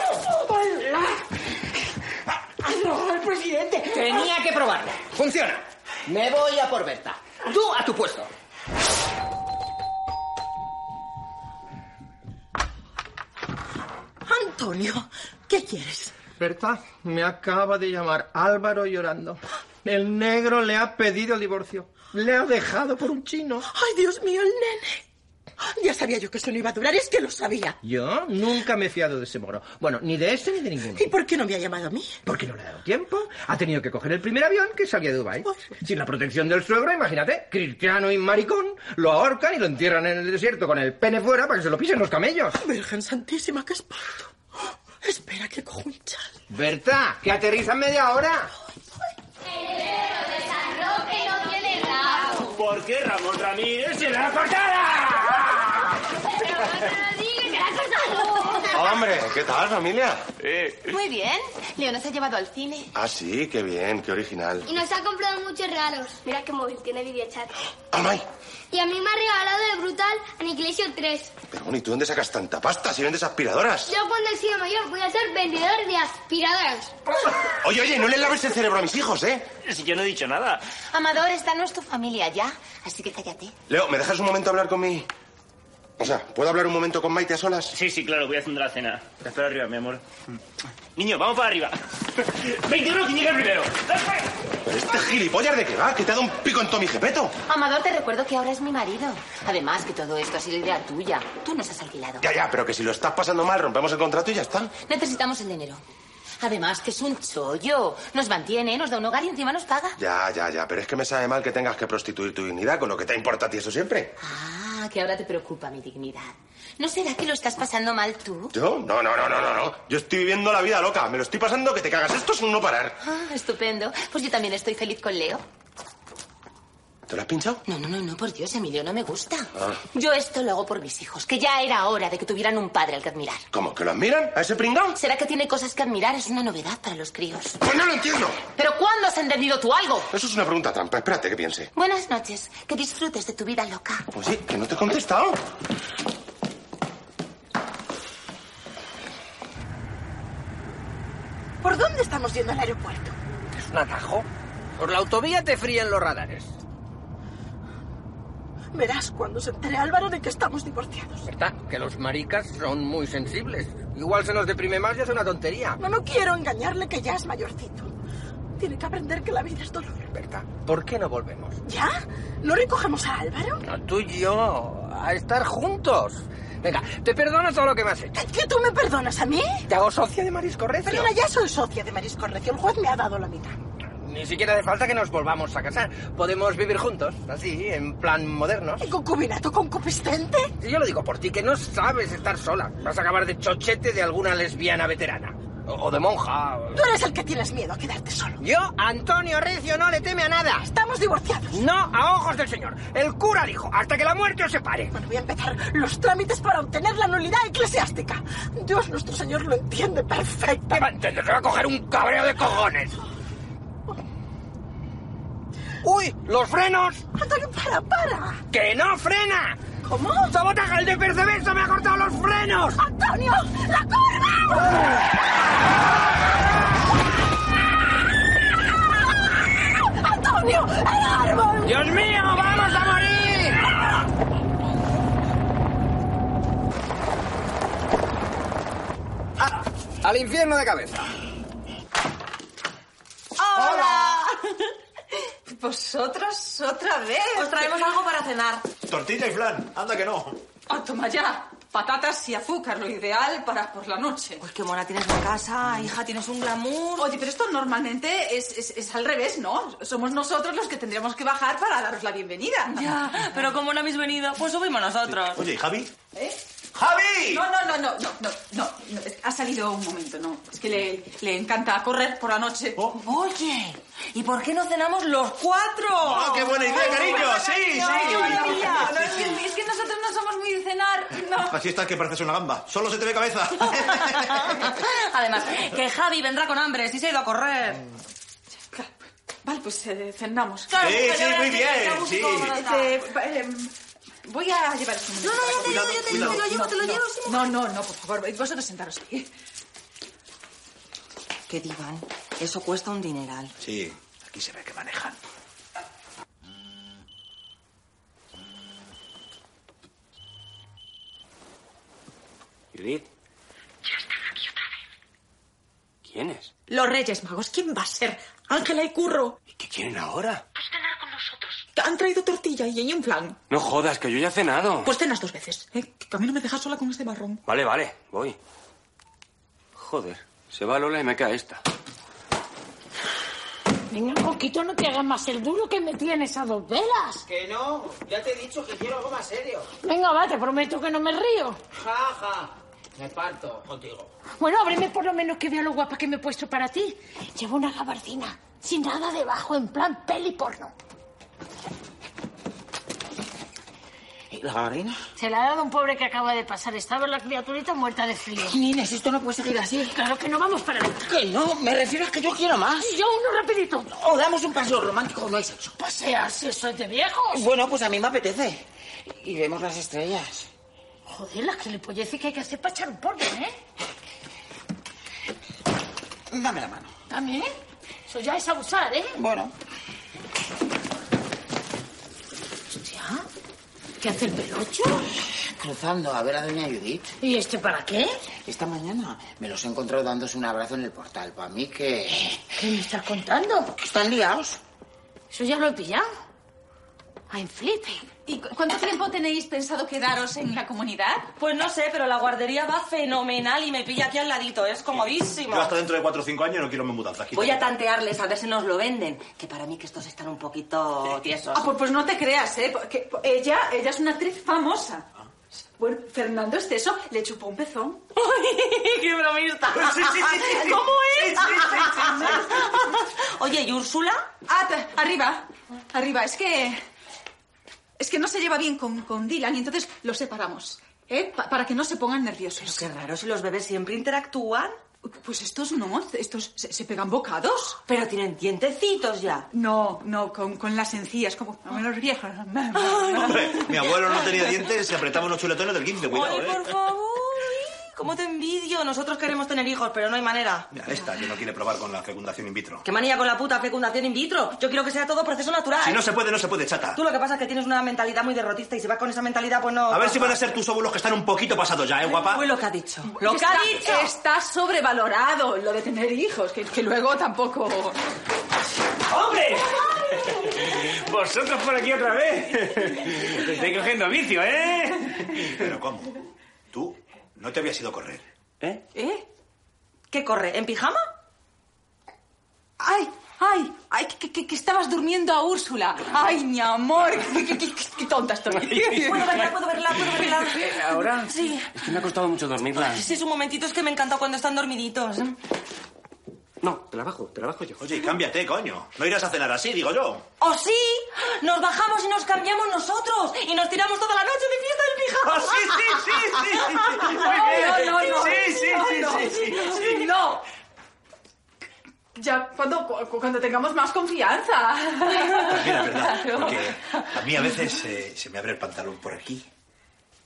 ¡No, el presidente! Tenía que probarlo. Funciona. Me voy a por Berta. Tú a tu puesto.
Antonio, ¿qué quieres?
Berta, me acaba de llamar Álvaro llorando. El negro le ha pedido divorcio. Le ha dejado por un chino.
Ay, Dios mío, el nene. Ya sabía yo que esto no iba a durar, es que lo sabía.
Yo nunca me he fiado de ese moro. Bueno, ni de este ni de ninguno.
¿Y por qué no me ha llamado a mí?
Porque no le ha dado tiempo. Ha tenido que coger el primer avión que salía de Dubái.
Pues,
Sin la protección del suegro, imagínate, cristiano y maricón, lo ahorcan y lo entierran en el desierto con el pene fuera para que se lo pisen los camellos.
Virgen Santísima, qué espanto. Espera, que cojo un chal.
Berta, que aterriza en media hora.
no tiene rabo.
¿Por qué Ramón Ramírez se la ha
Pero no te lo digas, que la has cortado.
Hombre, ¿qué tal, familia?
Eh.
Muy bien. Leo nos ha llevado al cine.
Ah, sí, qué bien, qué original.
Y nos ha comprado muchos regalos. Mira qué móvil tiene videochat.
¡Almay!
Y a mí me ha regalado el brutal Aniquilation 3.
Pero bueno, ¿y tú dónde sacas tanta pasta si vendes aspiradoras?
Yo cuando he sido mayor voy a ser vendedor de aspiradoras.
Oye, oye, no le laves el cerebro a mis hijos, ¿eh? Si yo no he dicho nada.
Amador, esta no es tu familia ya, así que cállate.
Leo, ¿me dejas un momento hablar con mi... O sea, ¿puedo hablar un momento con Maite a solas? Mm.
Sí, sí, claro, voy haciendo la cena. Te espero arriba, mi amor. Niño, vamos para arriba. 20 euros que llega primero.
¿Pero este gilipollas de qué va? ¿Que te ha dado un pico en Tommy Gepeto?
Amador, te recuerdo que ahora es mi marido. Además, que todo esto ha sido idea tuya. Tú nos has alquilado.
Ya, ya, pero que si lo estás pasando mal, rompemos el contrato y ya está.
Necesitamos el dinero. Además, que es un chollo. Nos mantiene, nos da un hogar y encima nos paga.
Ya, ya, ya, pero es que me sabe mal que tengas que prostituir tu dignidad con lo que te importa a ti eso siempre.
Ah, que ahora te preocupa mi dignidad. ¿No será que lo estás pasando mal tú?
¿Yo? No, no, no, no, no, no. Yo estoy viviendo la vida loca. Me lo estoy pasando que te cagas. Esto es un no parar.
Ah, estupendo. Pues yo también estoy feliz con Leo.
¿Te lo has pinchado?
No, no, no, no, por Dios, Emilio, no me gusta.
Ah,
Yo esto lo hago por mis hijos, que ya era hora de que tuvieran un padre al que admirar.
¿Cómo? ¿Que lo admiran? ¿A ese pringao?
¿Será que tiene cosas que admirar? Es una novedad para los críos.
Pues no lo entiendo.
¿Pero cuándo has entendido tú algo?
Eso es una pregunta trampa. Espérate que piense.
Buenas noches, que disfrutes de tu vida loca.
Pues sí, que no te he contestado.
¿Por dónde estamos yendo al aeropuerto?
Es un atajo. Por la autovía te frían los radares.
Verás cuando se entere Álvaro de que estamos divorciados.
¿Verdad? Que los maricas son muy sensibles. Igual se nos deprime más y hace una tontería.
No, no quiero engañarle que ya es mayorcito. Tiene que aprender que la vida es dolor.
¿Verdad? ¿Por qué no volvemos?
¿Ya? ¿No recogemos a Álvaro?
No, tú y yo, a estar juntos. Venga, te perdono todo lo que me has hecho.
¿Que tú me perdonas a mí?
Te hago socia de Marisco Recio.
Perdona, ya soy socia de Marisco Recio. El juez me ha dado la mitad.
Ni siquiera hace falta que nos volvamos a casar. Podemos vivir juntos, así, en plan modernos.
¿Y concubinato concupiscente?
Yo lo digo por ti, que no sabes estar sola. Vas a acabar de chochete de alguna lesbiana veterana. O, o de monja. o-
Tú eres el que tienes miedo a quedarte solo.
Yo, Antonio Recio, no le teme a nada.
Estamos divorciados.
No, a ojos del señor. El cura dijo, hasta que la muerte os separe.
Bueno, voy a empezar los trámites para obtener la nulidad eclesiástica. Dios nuestro Señor lo entiende perfecto.
¿Qué va a entender? Se va a coger un cabreo de cojones. ¡Uy! ¡Los frenos!
Antonio, para, para.
¡Que no frena!
¿Cómo?
¡Sabotaje! ¡El de Percebeso me ha cortado los frenos!
¡Antonio! ¡La curva! ¡Antonio! ¡El árbol!
¡Dios mío! ¡Vamos a morir! Ah, ¡Al infierno de cabeza!
¡Hola!
¿Vosotros otra vez?
Os traemos algo para cenar.
Tortilla y flan, anda que no.
Ah, toma ya. Patatas y azúcar, lo ideal para por la noche.
Uy, qué mona tienes la casa, hija, tienes un glamour.
Oye, pero esto normalmente es, es- es al revés, ¿no? Somos nosotros los que tendríamos que bajar para daros la bienvenida.
Ya, Ah, pero como no habéis venido, pues subimos nosotros.
Oye, ¿y Javi?
¿Eh?
¡Javi!
No, no, no, no, no, no, no, no, es- Ha salido un momento, no. Es que le, le encanta correr por la noche.
Oh,
Oye, ¿y por qué no cenamos los cuatro?
¡Ah,
¡Oh, qué buena idea, cariño! Sí, sí.
¡Qué buena idea!
Sí,
No, es,
sí.
que, es que nosotros no somos muy de cenar. No.
Así estás que pareces una gamba. Solo se te ve cabeza.
Además, que Javi vendrá con hambre si se ha ido a correr.
Vale, pues eh, cenamos.
Claro,
Sí, sí, muy bien, sí.
Este, va-
eh,
em, voy a llevar eso.
No, no, yo te
Cuidado, llevo, yo te llevo, cuidado. te lo
No,
llevo, te lo
no,
llevo,
No, no, no, por favor, vosotros sentaros aquí.
Que digan, eso cuesta un dineral.
Sí, aquí se ve que manejan.
Judith. ¿Quién es?
Los Reyes Magos, ¿quién va a ser? Ángela y Curro.
¿Qué quieren ahora?
Han traído tortilla y hay un flan.
No jodas, que yo ya he
Oh.
cenado.
Pues cenas dos veces. ¿eh? Que a mí no me dejas sola con este marrón.
Vale, vale, voy. Joder, se va Lola y me cae esta.
Venga, Coquito, no te hagas más el duro que me tienes a dos velas.
Que no, ya te he dicho que quiero algo más serio.
Venga, va, te prometo que no me río.
Ja, ja. Me parto contigo.
Bueno, ábreme por lo menos que vea lo guapa que me he puesto para ti. Llevo una gabardina, sin nada debajo, en plan peli porno.
¿Y la gabardina?
Se la ha dado un pobre que acaba de pasar. Estaba la criaturita muerta de frío.
Inés, esto no puede seguir así.
Claro que no vamos para adentro.
Que no, me refiero a que yo quiero más.
Y yo uno rapidito.
O damos un paseo romántico o no hay sexo.
Paseas, eso es de viejos.
Bueno, pues a mí me apetece. Y vemos las estrellas.
Joder, las que le puedo decir que hay que hacer para echar un polvo, ¿eh?
Dame la mano.
También. Eso ya es abusar, ¿eh?
Bueno.
Hostia. ¿Qué hace el pelocho?
Cruzando a ver a doña Judith.
¿Y este para qué?
Esta mañana me los he encontrado dándose un abrazo en el portal. Para mí que...
¿Qué me estás contando?
Están liados.
Eso ya lo he pillado. I'm flipping.
¿Y cu- cuánto tiempo tenéis pensado quedaros en la comunidad?
Pues no sé, pero la guardería va fenomenal y me pilla aquí al ladito, es comodísimo.
Yo hasta dentro de 4 o 5 años no quiero mi mudanza.
Voy a tantearles a ver si nos lo venden, que para mí que estos están un poquito tiesos.
Ah, pues, pues no te creas, ¿eh? Porque ella, ella es una actriz famosa. Bueno, Fernando Esteso le chupó un pezón.
¡Qué bromista!
Sí, sí, sí, sí, sí.
¿Cómo es? Ah,
Sí, sí, sí, sí,
Oye, ¿y Úrsula?
Ah, pa- arriba, arriba. Es que. Es que no se lleva bien con, con Dylan y entonces los separamos. ¿Eh? Pa- para que no se pongan nerviosos.
Qué raro, si los bebés siempre interactúan.
Pues estos no, estos se, se pegan bocados.
Pero tienen dientecitos ya.
No, no, con, con las encías, como como los viejos.
Hombre, mi abuelo no tenía dientes, se apretaba unos chuletones del 15, cuidado,
Oye,
¿eh?
por favor, ay, cómo te envidio. Nosotros queremos tener hijos, pero no hay manera.
Mira, esta que no quiere probar con la fecundación in vitro.
Qué manía con la puta fecundación in vitro. Yo quiero que sea todo proceso natural.
Si no se puede, no se puede, chata.
Tú lo que pasa es que tienes una mentalidad muy derrotista y si vas con esa mentalidad, pues no.
A ver si van a ser tus óvulos que están un poquito pasados ya, ¿eh, guapa?
Uy, lo que ha dicho. Lo que ha
Está-
dicho.
Está sobrevalorado lo de tener hijos, que, que luego tampoco.
¡Hombre! Vosotros por aquí otra vez. Te estoy cogiendo vicio, ¿eh?
Pero ¿cómo? Tú no te habías ido a correr.
¿Eh? ¿Qué corre? ¿En pijama?
¡Ay! ¡Ay! ¡Ay! Que, que- que estabas durmiendo a Úrsula. ¡Ay, mi amor! ¡Qué, qué- qué- qué tonta estoy!
Puedo verla, puedo verla, puedo verla.
¿Ahora?
Sí.
Es que me ha costado mucho dormirla.
Sí, es un momentito, es que me encanta cuando están dormiditos.
No, te la bajo, te la bajo yo. Oye, cámbiate, coño. No irás a cenar así, digo yo.
¡Oh, sí! Nos bajamos y nos cambiamos nosotros y nos tiramos toda la noche de fiesta del pijama.
Ah, sí, sí, sí, sí, sí. Muy bien.
No, no, no.
Sí, sí, sí,
No, no.
sí, sí, sí. No. Ya cuando, cu- cuando tengamos más confianza.
También Pues es verdad,
Claro.
porque a mí a veces eh, se me abre el pantalón por aquí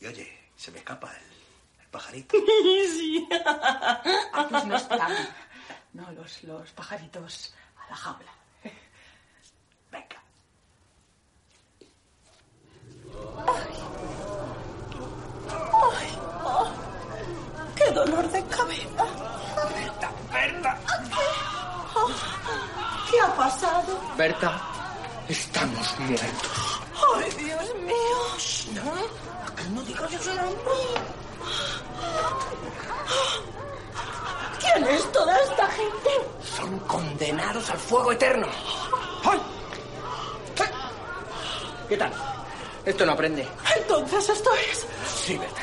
y, oye, se me escapa el, el pajarito.
Sí. Ah, pues no están. No, los, los pajaritos a la jaula.
¡Qué dolor de cabeza! Ah, ¿Qué ha pasado?
Berta, estamos muertos.
¡Ay, Dios mío! ¿A qué no digas eso era mío? ¿Quién es toda esta gente?
Son condenados al fuego eterno. ¡Ay! ¡Ay! ¿Qué tal? Esto no aprende.
Entonces esto es...
Sí, Berta.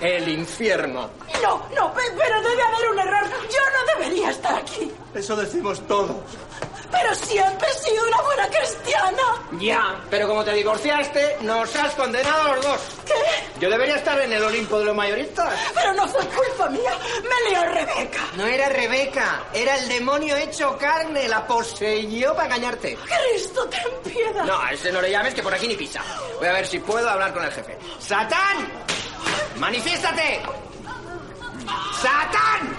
El infierno.
No, Oh, no, pe- pero debe haber un error. Yo no debería estar aquí.
Eso decimos todos.
Pero siempre he sido una buena cristiana.
Ya, pero como te divorciaste, nos has condenado a los dos.
¿Qué?
Yo debería estar en el Olimpo de los mayoristas.
Pero no fue culpa mía. Me lió Rebeca.
No era Rebeca, era el demonio hecho carne. La poseyó para engañarte.
Cristo, ten piedad.
No, a ese no le llames que por aquí ni pisa. Voy a ver si puedo hablar con el jefe. ¡Satán! ¡Manifiéstate! ¡Satán!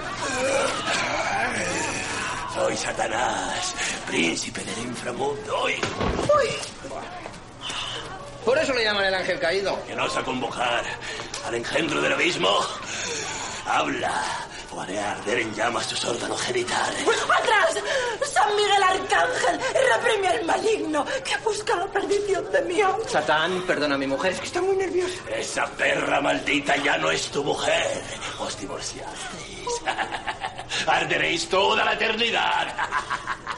Soy Satanás, príncipe del inframundo. Hoy
Por eso le llaman el ángel caído.
que nos a convocar al engendro del abismo. Habla o haré arder en llamas tus órganos genitales.
¡Atrás! San Miguel Arcángel reprime al maligno que busca la perdición de mi alma.
Satán, perdona a mi mujer, es que está muy nerviosa.
Esa perra maldita ya no es tu mujer. Os divorciasteis. Arderéis toda la eternidad.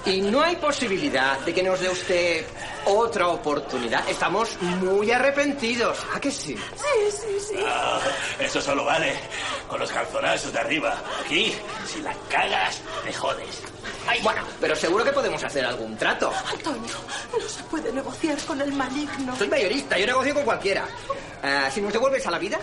Y no hay posibilidad de que nos dé usted otra oportunidad. Estamos muy arrepentidos. ¿A que sí?
Sí, sí, sí.
Ah, eso solo vale con los calzonazos de arriba. Aquí, si la cagas, te jodes.
Bueno, pero seguro que podemos hacer algún trato.
Antonio, no se puede negociar con el maligno.
Soy mayorista, yo negocio con cualquiera. Ah, si nos devuelves a la vida,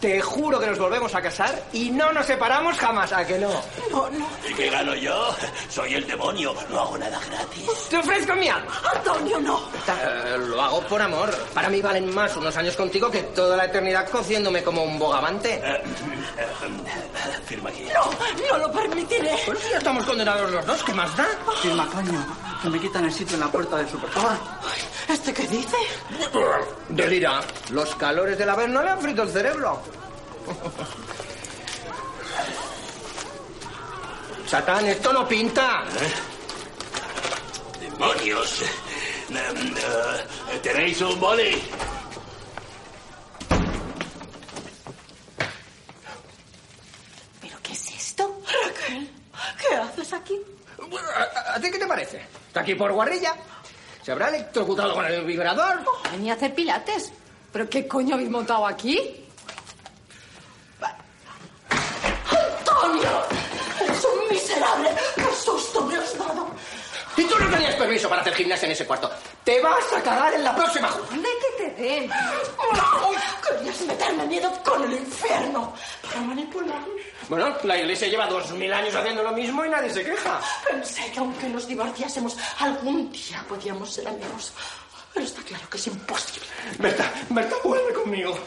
te juro que nos volvemos a casar y no nos separamos jamás. ¿A que no?
No, no.
¿Y qué gano yo? Soy el demonio, no hago nada gratis.
Te ofrezco mi alma.
Antonio, no.
Ta- eh, lo hago por amor. Para mí valen más unos años contigo que toda la eternidad cociéndome como un bogavante.
Firma aquí.
No, no lo permitiré.
Bueno, si ya estamos condenados los dos, ¿qué más da? Firma, coño, que me quitan el sitio en la puerta del supercaba.
¿Este qué dice?
Delira. Los calores del haber no le han frito el cerebro. Satán, esto no pinta.
¡Demonios!
eh, ¿Tenéis un boli?
¿Pero qué es esto? Raquel, ¿qué haces aquí?
Bueno, ¿a, a- a ti qué te parece? ¿Está aquí por guarrilla? ¿Se habrá electrocutado con el vibrador?
Venía a hacer pilates. ¿Pero qué coño habéis montado aquí?
¡Antonio! ¡Eres un miserable! ¡Qué susto me has dado!
Y tú no tenías permiso para hacer gimnasia en ese cuarto. Te vas a cagar en la próxima junta.
¡Anda que te den!
¡Bravo! Querías meterme miedo con el infierno para manipularme.
Bueno, la iglesia lleva dos mil años haciendo lo mismo y nadie se queja.
Pensé que aunque nos divorciásemos, algún día podíamos ser amigos. Pero está claro que es imposible.
Berta, Berta, vuelve conmigo.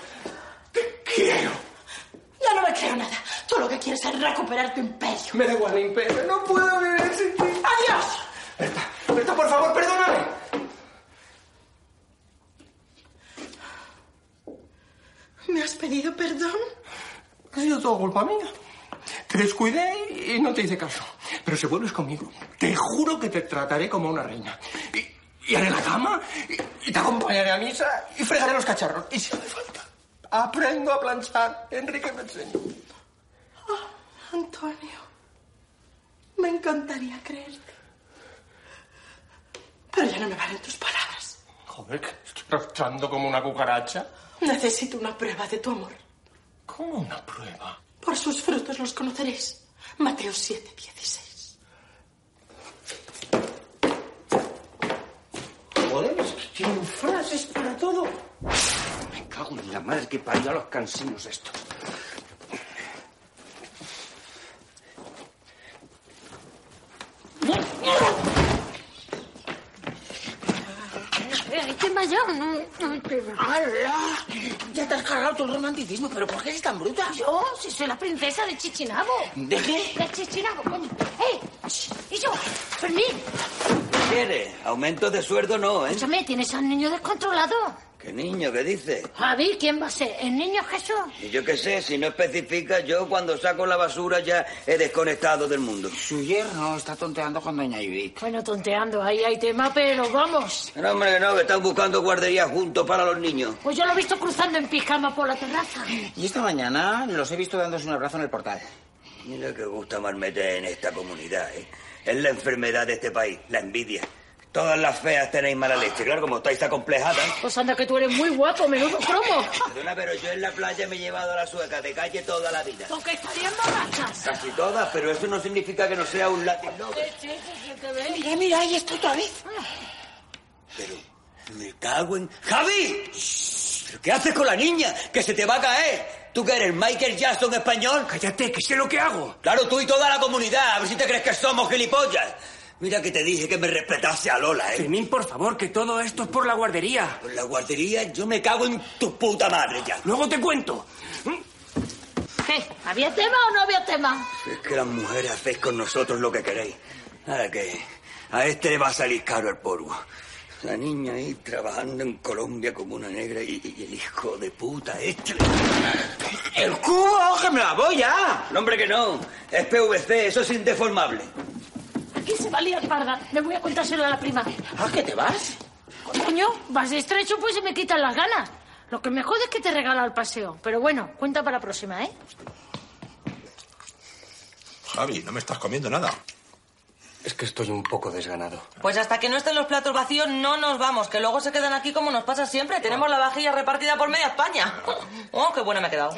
Ya no me creo nada. Tú lo que quieres es recuperar tu imperio.
Me da igual el imperio. No puedo vivir sin ti.
¡Adiós!
Berta, por favor, perdóname.
¿Me has pedido perdón?
Ha sido todo culpa mía. Te descuidé y no te hice caso. Pero si vuelves conmigo, te juro que te trataré como una reina. Y, y haré la cama, y, y te acompañaré a misa, y fregaré los cacharros. Y si hace falta, aprendo a planchar. Enrique me enseñó.
Ah, Antonio, me encantaría creerte. Pero ya no me valen tus palabras.
Joder, que estoy rostrando como una cucaracha.
Necesito una prueba de tu amor.
¿Cómo una prueba?
Por sus frutos los conoceréis. Mateo 7, 16.
Joder, es que tienen frases para todo. Me cago en la madre que parió a los cansinos estos.
¡Qué mayor! No, no, pero-
¡Hala! Ya te has cargado tu romanticismo, pero Ah, ¿por qué eres tan bruta?
Yo, si soy la princesa de Chichinabo.
¿De qué?
De Chichinabo, coño. ¡Eh! ¡Shh! ¡Y yo! ¡Fermín!
¿Eh?
quiere? Aumento de sueldo no, ¿eh?
Escúchame, tienes al niño descontrolado.
¿Qué niño? ¿Qué dice?
Javi, ¿quién va a ser? ¿El niño Jesús?
Y yo qué sé, si no especifica, yo cuando saco la basura ya he desconectado del mundo.
Su yerno está tonteando con Doña Ivy.
Bueno, tonteando, ahí hay tema, pero vamos.
No, hombre, no, que están buscando guardería juntos para los niños.
Pues yo lo he visto cruzando en pijama por la terraza.
Y esta mañana Ah, los he visto dándose un abrazo en el portal.
Mira que gusta más meter en esta comunidad, ¿eh? Es la enfermedad de este país, la envidia. Todas las feas tenéis mala leche, claro, como estáis acomplejadas.
Pues anda que tú eres muy guapo, menudo cromo.
Perdona, pero yo en la playa me he llevado a la sueca de calle toda la vida.
Porque estarían borrachas.
Casi todas, pero eso no significa que no sea un latín.
Mira, mira, ahí está otra vez.
Pero me cago en... ¡Javi! ¿Pero qué haces con la niña? ¡Que se te va a caer! ¿Tú que eres Michael Jackson español? Cállate, que sé lo que hago. Claro, tú y toda la comunidad. A ver si te crees que somos gilipollas. Mira que te dije que me respetase a Lola, ¿eh? Fermín, por favor, que todo esto es por la guardería. ¿Por la guardería? Yo me cago en tu puta madre ya. Luego te cuento.
¿Qué? Eh, ¿Había tema o no había tema?
Es que las mujeres hacéis con nosotros lo que queréis. Ahora que a este le va a salir caro el polvo. La niña ahí trabajando en Colombia como una negra y, y el hijo de puta este. ¡El cubo! ¡Que me la voy ya! No, hombre, que no. Es PVC, eso es indeformable.
Aquí se va a liar parda. Me voy a contárselo a la prima. Ah,
¿A qué te vas?
Coño, vas de estrecho pues se me quitan las ganas. Lo que me jode es que te regalo al paseo. Pero bueno, cuenta para la próxima, ¿eh?
Javi, no me estás comiendo nada.
Es que estoy un poco desganado.
Pues hasta que no estén los platos vacíos no nos vamos, que luego se quedan aquí como nos pasa siempre. Tenemos la vajilla repartida por media España.
Pues
Oh, qué buena me ha quedado.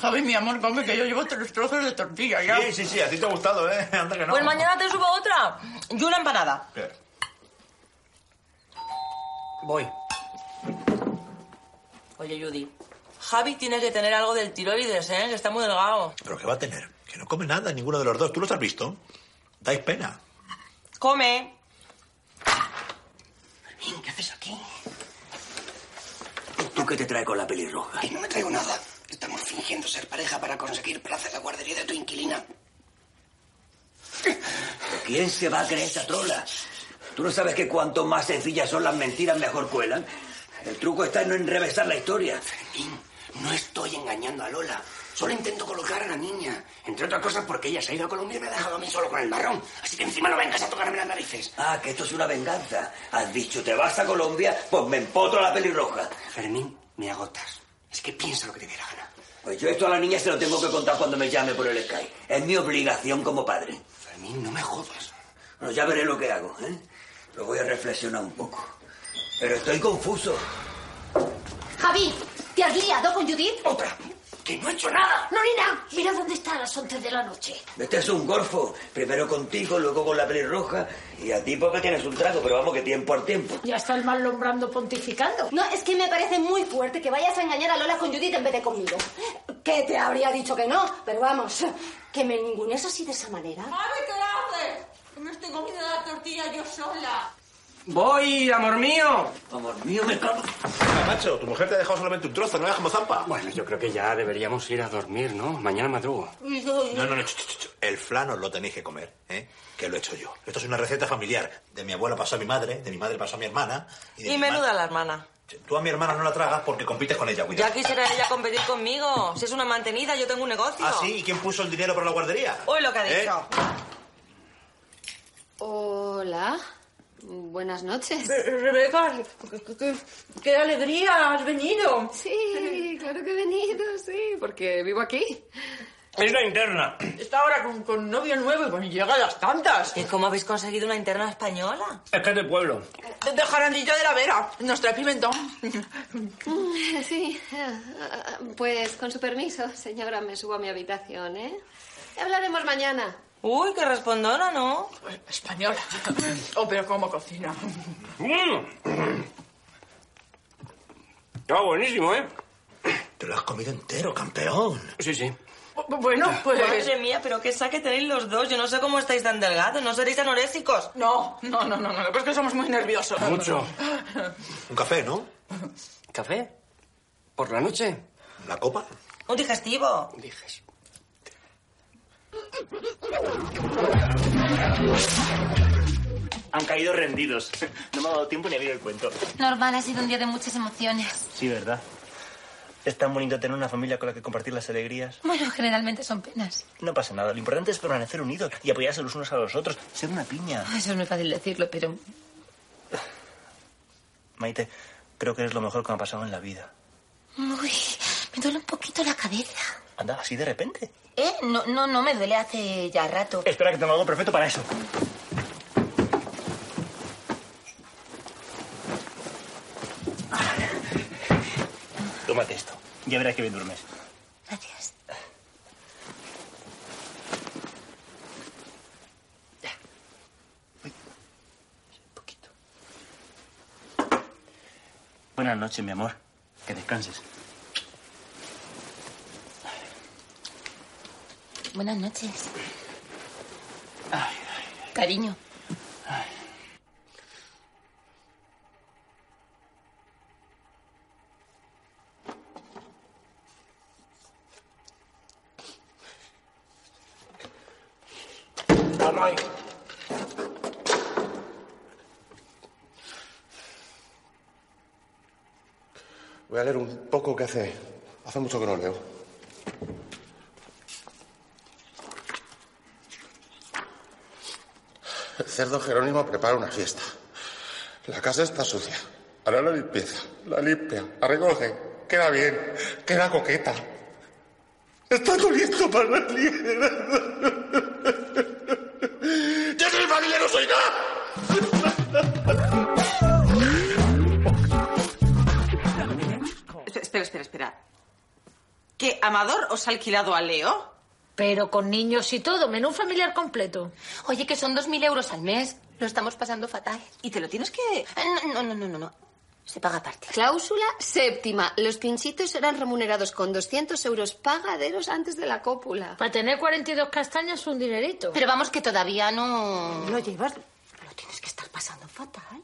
Javi, mi amor, come que yo llevo tres trozos de tortilla ya.
Sí, sí, sí, a ti te ha gustado, ¿eh? Anda que no.
Pues mañana te subo otra y una empanada.
Espera.
Voy. Oye, Judy, Javi tiene que tener algo del tiroides, ¿eh? Que está muy delgado.
¿Pero qué va a tener? Que no come nada, ninguno de los dos. ¿Tú los has visto? Dais pena.
Come.
¿Qué haces aquí? ¿Tú qué te traes con la pelirroja?
Y no me traigo nada. Estamos fingiendo ser pareja para conseguir plaza en la guardería de tu inquilina.
¿Quién se va a creer esa trola? ¿Tú no sabes que cuanto más sencillas son las mentiras, mejor cuelan? El truco está en no enrevesar la historia.
No estoy engañando a Lola. Solo intento colocar a la niña. Entre otras cosas porque ella se ha ido a Colombia y me ha dejado a mí solo con el marrón. Así que encima no vengas a tocarme las narices.
Ah, que esto es una venganza. Has dicho, te vas a Colombia, pues me empoto la pelirroja.
Fermín, me agotas. Es que piensa lo que te dé la gana.
Pues yo esto a la niña se lo tengo que contar cuando me llame por el Skype. Es mi obligación como padre.
Fermín, no me jodas.
Bueno, ya veré lo que hago, ¿eh? Lo voy a reflexionar un poco. Pero estoy confuso.
Javi, ¿te has liado con Judith?
Otra.
¡Que no he hecho nada!
Norina, mira dónde está a las 11 de la noche.
Este es un golfo. Primero contigo, luego con la pelirroja. Y a ti porque tienes un trago, pero vamos que tiempo al tiempo.
Ya está el mal lombrando pontificando.
No, es que me parece muy fuerte que vayas a engañar a Lola con Judith en vez de conmigo. Que te habría dicho que no, pero vamos, que me ningunes así de esa manera.
¡Javi, qué haces! Que me estoy comiendo la tortilla yo sola.
Voy, amor mío.
Amor mío, me cago.
Ah, macho, tu mujer te ha dejado solamente un trozo, no es como zampa.
Bueno, yo creo que ya deberíamos ir a dormir, ¿no? Mañana madrugo.
No, no, no, ch, ch, ch, ch. el flan os lo tenéis que comer, ¿eh? Que lo he hecho yo. Esto es una receta familiar. De mi abuela pasó a mi madre, de mi madre pasó a mi hermana. de
Y
mi
menuda la hermana.
ma- Tú a mi hermana no la tragas porque compites con ella, cuidado.
Ya quisiera ella competir conmigo. Si es una mantenida, yo tengo un negocio.
¿Ah, sí? ¿Y quién puso el dinero para la guardería?
Hoy lo que ha
¿Eh?
dicho.
Hola. Buenas noches.
Rebeca, qué- qué- qué alegría has venido.
Sí, claro que he venido, sí, porque vivo aquí.
Es la interna.
Está ahora con, con novio nuevo y bueno, llega a las tantas.
¿Y cómo habéis conseguido una interna española?
Es que es de pueblo.
De Jarandillo de la Vera. Nos trae pimentón.
Mm, Sí, ah, ah, pues con su permiso, señora, me subo a mi habitación, ¿eh? Hablaremos mañana.
Uy, qué respondona, ¿no?
Pues, Española. Oh, pero cómo cocina.
Mm. Está buenísimo, ¿eh?
Te lo has comido entero, campeón.
Sí, sí.
Bueno, pues...
Madre mía, pero qué saque tenéis los dos. Yo no sé cómo estáis tan delgados. ¿No seréis anorésicos?
No, no, no, no, no. Pero es que somos muy nerviosos.
Mucho.
Un café, ¿no?
¿Café? ¿Por la noche?
¿La copa?
Un digestivo.
Diges.
Han caído rendidos. No me ha dado tiempo ni a abrir el cuento.
Normal, ha sido un día de muchas emociones.
Sí, ¿verdad? Es tan bonito tener una familia con la que compartir las alegrías.
Bueno, generalmente son penas.
No pasa nada. Lo importante es permanecer unidos y apoyarse los unos a los otros. Ser una piña.
Eso es muy fácil decirlo, pero
Maite, creo que es lo mejor que me ha pasado en la vida.
Uy, me duele un poquito la cabeza.
Anda, así de repente.
¿Eh? No, no, no me duele hace ya rato.
Espera que tengo algo perfecto para eso. Tómate esto. Ya verás que bien duermes.
Gracias.
Buenas noches, mi amor. Que descanses.
Buenas noches. Cariño.
Voy a leer un poco que hace. Hace mucho que no leo. El cerdo Jerónimo prepara una fiesta. La casa está sucia. Hará la limpieza. La limpia. La recoge. Queda bien. Queda coqueta. Está todo listo para la liera. ¡Yo soy familia, no soy nada!
Espera, espera, espera. ¿Que Amador os ha alquilado a Leo?
Pero con niños y todo, menú familiar completo.
Oye, que son dos mil euros al mes. Lo estamos pasando fatal. ¿Y te lo tienes que...? eh, No, no, no, no, no. Se paga aparte.
Cláusula séptima. Los pinchitos serán remunerados con 200 euros pagaderos antes de la cópula.
Para tener 42 castañas, un dinerito.
Pero vamos que todavía no...
Lo llevas
Estás pasando fatal.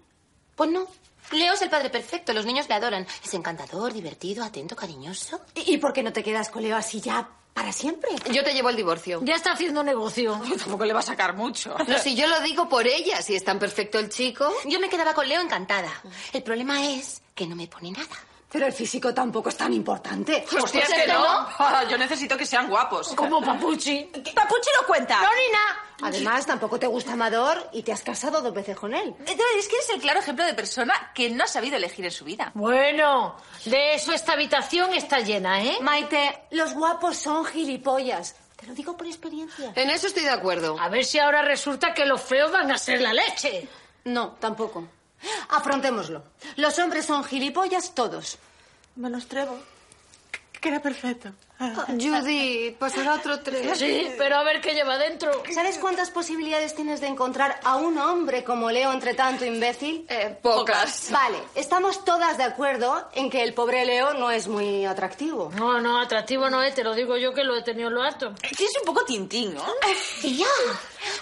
Pues no. Leo es el padre perfecto. Los niños le adoran. Es encantador, divertido, atento, cariñoso.
¿Y por qué no te quedas con Leo así ya para siempre? Yo te llevo el divorcio.
Ya está haciendo negocio.
Tampoco le va a sacar mucho.
No, si yo lo digo por ella, si es tan perfecto el chico.
Yo me quedaba con Leo encantada. El problema es que no me pone nada. Pero el físico tampoco es tan importante.
Hostias, que no. Ah, Yo necesito que sean guapos. Como Papuchi.
Papuchi no cuenta.
No,
Nina. Además, tampoco te gusta Amador y te has casado dos veces con él.
Es que eres el claro ejemplo de persona que no ha sabido elegir en su vida.
Bueno, de eso esta habitación está llena, ¿eh?
Maite, los guapos son gilipollas. Te lo digo por experiencia.
En eso estoy de acuerdo. A ver si ahora resulta que los feos van a ser la leche.
No, tampoco. Afrontémoslo. Los hombres son gilipollas todos.
Menos Trevo, que era perfecto. Ah.
Ah, Judy, pues pasará otro tren.
pero a ver qué lleva dentro. ¿Sabes cuántas posibilidades tienes de encontrar a un hombre como Leo entre tanto imbécil?
Eh,
pocas.
Vale, estamos todas de acuerdo en que el pobre Leo no es muy atractivo.
No, no, atractivo no es, te lo digo yo que lo he tenido en lo alto.
Es un poco tintín, ¿no?
Tía,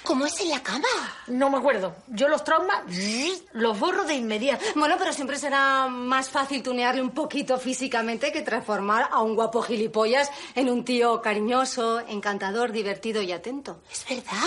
¿cómo es en la cama? No me acuerdo. Yo los traumas zzz, los borro de inmediato.
Bueno, pero siempre será más fácil tunearle un poquito físicamente que transformar a un guapo gilipollas en un tío cariñoso, encantador, divertido y atento.
Es verdad.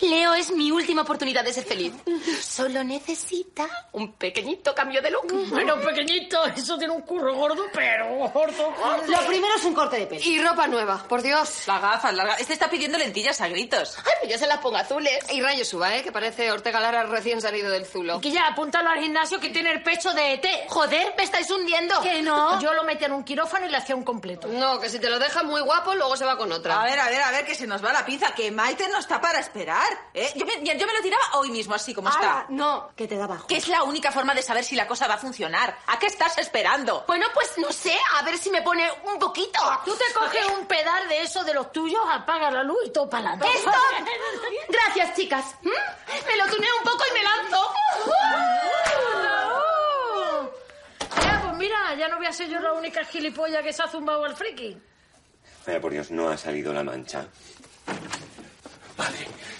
Leo es mi última oportunidad de ser feliz. Solo necesita un pequeñito cambio de look.
Bueno, pequeñito, eso tiene un curro gordo, pero gordo, gordo.
Lo primero es un corte de pelo.
Y ropa nueva, por Dios.
Las gafas, las gafas. Este está pidiendo lentillas a gritos.
Ay, pues yo se las pongo azules. Y rayos suba, ¿eh? Que parece Ortega Lara recién salido del zulo.
Que ya, apúntalo al gimnasio que tiene el pecho de ET.
Joder, me estáis hundiendo.
Que no. Yo lo metí en un quirófano y le hacía un completo.
No, que si te lo deja muy guapo, luego se va con otra.
A ver, a ver, a ver, que se nos va la pinza, que Maite no está para esperar.
¿Eh? Yo, me, yo me lo tiraba hoy mismo, así como está.
No, que te da bajo.
Que es la única forma de saber si la cosa va a funcionar. ¿A qué estás esperando?
Bueno, pues no sé, a ver si me pone un poquito.
Tú te coges un pedal de eso de los tuyos, apagas la luz y todo para adelante.
¡Esto! Gracias, chicas. ¿Mm? Me lo tuneo un poco y me lanzo.
¡Uh! Ya, pues mira, ya no voy a ser yo la única gilipollas que se ha zumbado al friki.
Vaya por Dios, no ha salido la mancha.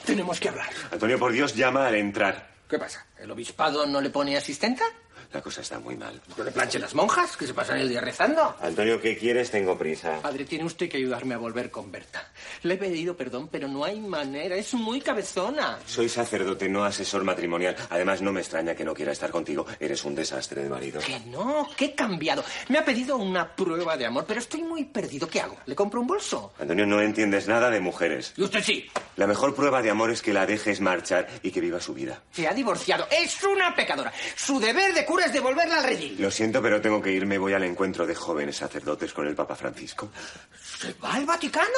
Tenemos que hablar.
Antonio, por Dios, llama al entrar.
¿Qué pasa? ¿El obispado no le pone asistenta?
La cosa está muy mal.
¿No le planchen las monjas que se pasan el día rezando?
Antonio, ¿qué quieres? Tengo prisa.
Padre, tiene usted que ayudarme a volver con Berta. Le he pedido perdón, pero no hay manera. Es muy cabezona.
Soy sacerdote, no asesor matrimonial. Además, no me extraña que no quiera estar contigo. Eres un desastre de marido.
Que no, que he cambiado. Me ha pedido una prueba de amor, pero estoy muy perdido. ¿Qué hago? ¿Le compro un bolso?
Antonio, no entiendes nada de mujeres.
Y usted sí.
La mejor prueba de amor es que la dejes marchar y que viva su vida.
Se ha divorciado. Es una pecadora. Su deber de cura es devolverla al redil.
Lo siento, pero tengo que irme. Voy al encuentro de jóvenes sacerdotes con el Papa Francisco.
¿Se va al Vaticano?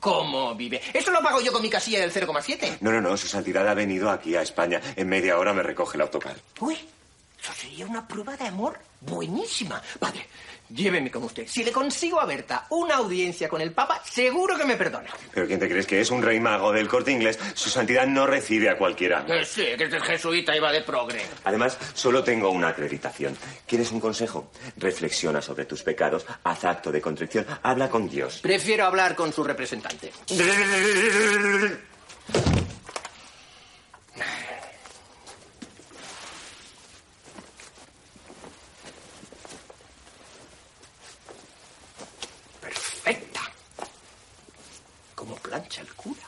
¿Cómo vive? Eso lo pago yo con mi casilla del 0,7.
No, no, no. Su santidad ha venido aquí a España. En media hora me recoge el autocar.
Uy, eso sería una prueba de amor buenísima. Padre, lléveme con usted. Si le consigo a Berta una audiencia con el Papa, seguro que me perdona.
¿Pero quién te crees que es un rey mago del corte inglés? Su santidad no recibe a cualquiera.
Que Eh, sí, que es el jesuita y va de progre.
Además, solo tengo una acreditación. ¿Quieres un consejo? Reflexiona sobre tus pecados, haz acto de contrición, habla con Dios.
Prefiero hablar con su representante. Perfecta. Como plancha el cura.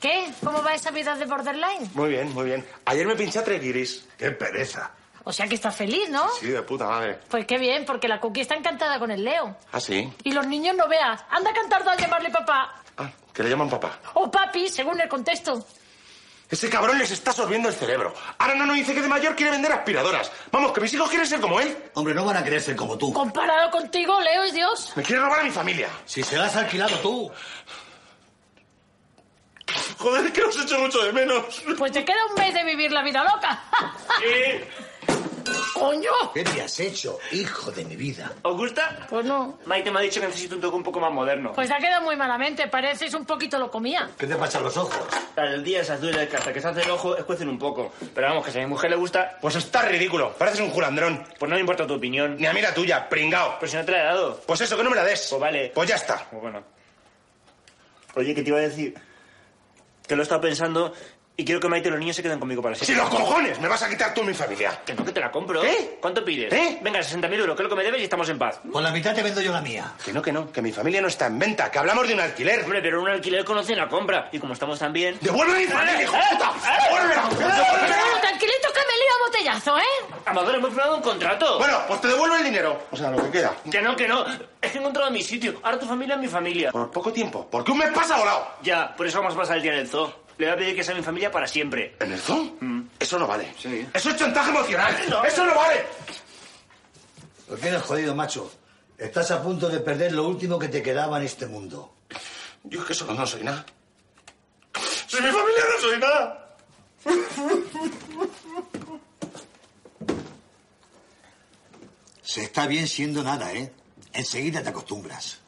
¿Qué? ¿Cómo va esa vida de borderline?
Muy bien, muy bien. Ayer me pinché tres guiris. ¡Qué pereza!
O sea que estás feliz, ¿no?
Sí, de puta madre.
Pues qué bien, porque la Cookie está encantada con el Leo.
¿Ah, sí?
Y los niños no veas. Anda cantando al llamarle papá.
Ah, que le llaman papá.
O papi, según el contexto.
Ese cabrón les está sorbiendo el cerebro. Ahora no nos dice que de mayor quiere vender aspiradoras. Vamos, que mis hijos quieren ser como él.
Hombre, no van a querer ser como tú.
Comparado contigo, Leo es Dios.
Me quiere robar a mi familia.
Si se las has alquilado tú.
Joder, que os echo mucho de menos.
Pues te queda un mes de vivir la vida loca. ¡Coño!
¿Qué te has hecho, hijo de mi vida?
¿Os gusta?
Pues no.
Maite me ha dicho que necesito un toque un poco más moderno.
Pues te ha quedado muy malamente. Pareces un poquito lo comía.
¿Qué te pasa los ojos?
Al día esas duras que hasta que se hace el ojo escuecen un poco. Pero vamos, que si a mi mujer le gusta...
Pues está ridículo. Pareces un julandrón.
Pues no me importa tu opinión.
Ni a mí la tuya, pringao.
Pero si no te la he dado.
Pues eso, que no me la des.
Pues vale.
Pues ya está.
Pues bueno. Oye, ¿qué te iba a decir? Que lo he estado pensando Y quiero que Maite y los niños se queden conmigo para siempre.
¡Si los cojones! ¡Me vas a quitar tú mi familia!
Que no, que te la compro. ¿Eh? ¿Cuánto pides? ¿Eh? Venga, 60.000 euros, que es lo que me debes y estamos en paz.
Por la mitad te vendo yo la mía.
Que no, que no, que mi familia no está en venta, que hablamos de un alquiler.
Hombre, pero un alquiler conoce la compra. Y como estamos tan bien...
¡Devuelve mi
Eh,
familia, hijo de puta! ¡Devuélvela!
Pero tranquilito que me lío a botellazo, ¿eh?
Amador, hemos firmado un contrato.
Bueno, pues te devuelvo el dinero. O sea, lo que queda.
Que no, que no. Es que he encontrado mi sitio. Ahora tu familia es mi familia.
Por poco tiempo, porque un mes pasa volado.
Ya, por eso vamos a pasar el día en el zoo. Le voy a pedir que sea mi familia para siempre.
¿En el zoo?
Mm.
Eso no vale. Eso es chantaje emocional. Eso no vale.
Lo que eres jodido, macho. Estás a punto de perder lo último que te quedaba en este mundo.
Yo es que solo no soy nada. Si mi familia no soy nada.
Se está bien siendo nada, ¿eh? Enseguida te acostumbras.